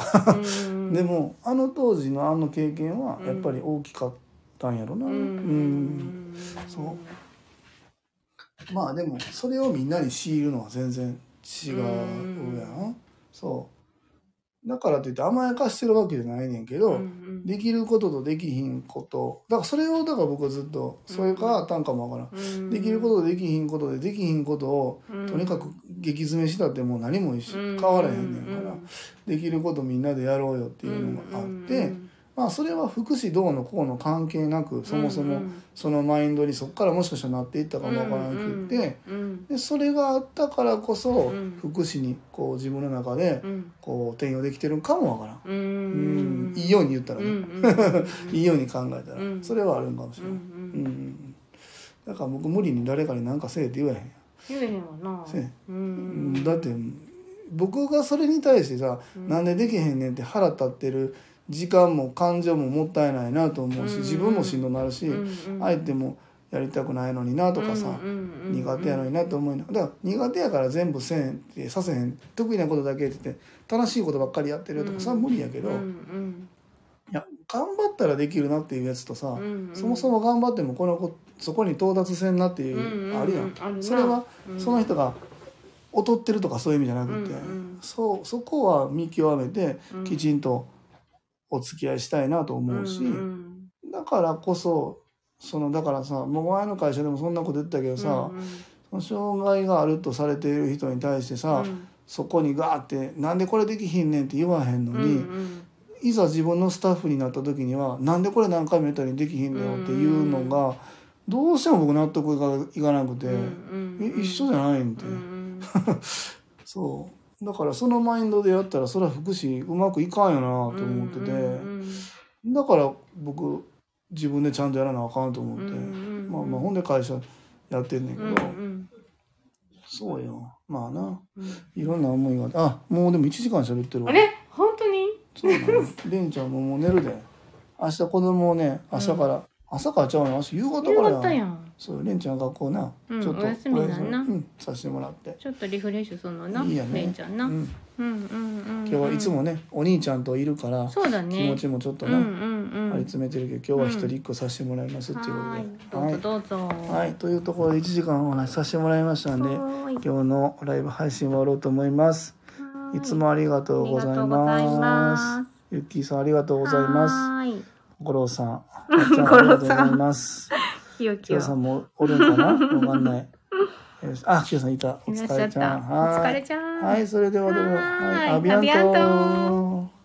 Speaker 1: うん
Speaker 2: <laughs> でもあの当時のあの経験は
Speaker 1: うん
Speaker 2: やっぱり大きかったんやろな、
Speaker 1: うん
Speaker 2: うんそうまあでもそれをみんなに強いるのは全然違うやん、
Speaker 1: う
Speaker 2: そうだからといって甘やかしてるわけじゃないねんけど、
Speaker 1: うんうん
Speaker 2: できることとできひんことだからそれをだから僕はずっとそれが短歌もわからん、
Speaker 1: うん
Speaker 2: できることとできひんことでできひんことを
Speaker 1: うん
Speaker 2: とにかく激詰めしたってもう何も一緒
Speaker 1: うん
Speaker 2: 変わらへんねんから、
Speaker 1: うん
Speaker 2: できることみんなでやろうよっていうのがあって。
Speaker 1: うん
Speaker 2: まあそれは福祉どうのこうの関係なくそもそ
Speaker 1: うんう
Speaker 2: も
Speaker 1: ん
Speaker 2: そのマインドにそこからもしかしたらなっていったかもわからなくって、
Speaker 1: うん
Speaker 2: でそれがあったからこそ
Speaker 1: うん
Speaker 2: 福祉にこう自分の中で
Speaker 1: うん
Speaker 2: こう転用できてるんかもわか
Speaker 1: う
Speaker 2: らん、
Speaker 1: んう
Speaker 2: う
Speaker 1: ん
Speaker 2: んいいように言ったら
Speaker 1: うん
Speaker 2: ね、
Speaker 1: うんうん
Speaker 2: <laughs> いいように考えたら、
Speaker 1: うん
Speaker 2: それはあるんかもしれ
Speaker 1: う
Speaker 2: ない、うんうん
Speaker 1: ん
Speaker 2: うんだから僕無理に誰かに何かせえって言わへんやん
Speaker 1: 言えへんわな
Speaker 2: せえ
Speaker 1: う
Speaker 2: うん
Speaker 1: ん
Speaker 2: だって僕がそれに対してさ、
Speaker 1: うん
Speaker 2: なんでできへんねんって腹立ってる時間も感情ももったいないなと思うし、
Speaker 1: うん
Speaker 2: 自分もしんどなるし、相
Speaker 1: 相
Speaker 2: 手もやりたくないのになとかさ、苦手やのに
Speaker 1: に
Speaker 2: なって思いながらだから苦手やから全部せんってさせへん得意なことだけって言って楽しいことばっかりやってるよとかさ、
Speaker 1: うん
Speaker 2: 無理やけど、
Speaker 1: うん
Speaker 2: いや頑張ったらできるなっていうやつとさ、
Speaker 1: うんうん
Speaker 2: そもそも頑張ってもこの子そこに到達せんなってい
Speaker 1: うんうんう
Speaker 2: う、
Speaker 1: ん
Speaker 2: あるやん。
Speaker 1: あるな
Speaker 2: それは
Speaker 1: うん
Speaker 2: その人が劣ってるとかそういう意味じゃなくて、
Speaker 1: うんうん
Speaker 2: そうそこは見極めて
Speaker 1: うん
Speaker 2: きちんとお付き合いしたいなと思うし、
Speaker 1: うん
Speaker 2: だからこそそのだからさもう前の会社でもそんなこと言ってたけど
Speaker 1: うん
Speaker 2: さ
Speaker 1: う、ん
Speaker 2: その障害があるとされている人に対してさ、
Speaker 1: うん
Speaker 2: そこにガーって「なんでこれできひんねん」って言わへんの
Speaker 1: うん
Speaker 2: に、
Speaker 1: うん
Speaker 2: いざ自分のスタッフになった時には「なんでこれ何回もやったのにできひんのよ」っていうのがどうしても僕納得がいかなくて。
Speaker 1: うんうん
Speaker 2: え
Speaker 1: うん
Speaker 2: 一緒じゃないんって、
Speaker 1: うん
Speaker 2: そうだからそのマインドでやったらそれは福祉うまくいかんよな
Speaker 1: うん
Speaker 2: と思って
Speaker 1: う
Speaker 2: て、
Speaker 1: ん
Speaker 2: だから僕自分でちゃんとやらなあかんと思って、まあまあほんで会社やってんねんけ
Speaker 1: う
Speaker 2: ど、
Speaker 1: んうん
Speaker 2: そうよまあな
Speaker 1: うん
Speaker 2: いろんな思いがあってあもうでも1時間喋ってるわ
Speaker 1: あれ本当に
Speaker 2: <laughs> そうなのレンちゃんももう寝るで明日子供をね朝から、朝からちゃうの明日夕方
Speaker 1: よ
Speaker 2: から
Speaker 1: かったやん。
Speaker 2: そうレンちゃんの学校な、
Speaker 1: うん
Speaker 2: ちょっと
Speaker 1: お休みなんな
Speaker 2: お休みうん、させてもらって、
Speaker 1: ちょっとリフレッシュするのな、
Speaker 2: いいよね
Speaker 1: レイちゃん
Speaker 2: う
Speaker 1: な。うんう
Speaker 2: ん、
Speaker 1: んうんうん。
Speaker 2: 今日はいつもねお兄ちゃんといるから
Speaker 1: そうだ
Speaker 2: 気
Speaker 1: ね。
Speaker 2: 持ちもちょっと
Speaker 1: うんう
Speaker 2: な、
Speaker 1: ん
Speaker 2: 張
Speaker 1: う
Speaker 2: り
Speaker 1: ん。
Speaker 2: 詰めてるけど今日は一人一個させてもらいますっていうことで、
Speaker 1: はーい。どうぞどうぞ。
Speaker 2: はい、はい、というところで1時間お話しさせてもらいましたんで
Speaker 1: はーい
Speaker 2: 今日のライブ配信終わろうと思いますいつもありがとうござ
Speaker 1: あ
Speaker 2: い
Speaker 1: りがとうござい
Speaker 2: ま
Speaker 1: ます
Speaker 2: すゆっきーさんありがとうございます
Speaker 1: はーい。
Speaker 2: 五郎さんあっちゃんありがとうございます
Speaker 1: きよき
Speaker 2: キヨ
Speaker 1: よ。
Speaker 2: さんもおるんかなわかんないよしあキヨさんいたお
Speaker 1: いらっ
Speaker 2: 疲
Speaker 1: しゃ
Speaker 2: れ
Speaker 1: っ
Speaker 2: ちゃ
Speaker 1: た。
Speaker 2: ん
Speaker 1: お疲れちゃん。
Speaker 2: はい、それではどう
Speaker 1: はーい
Speaker 2: も、はい、アビアン
Speaker 1: アビアン
Speaker 2: ト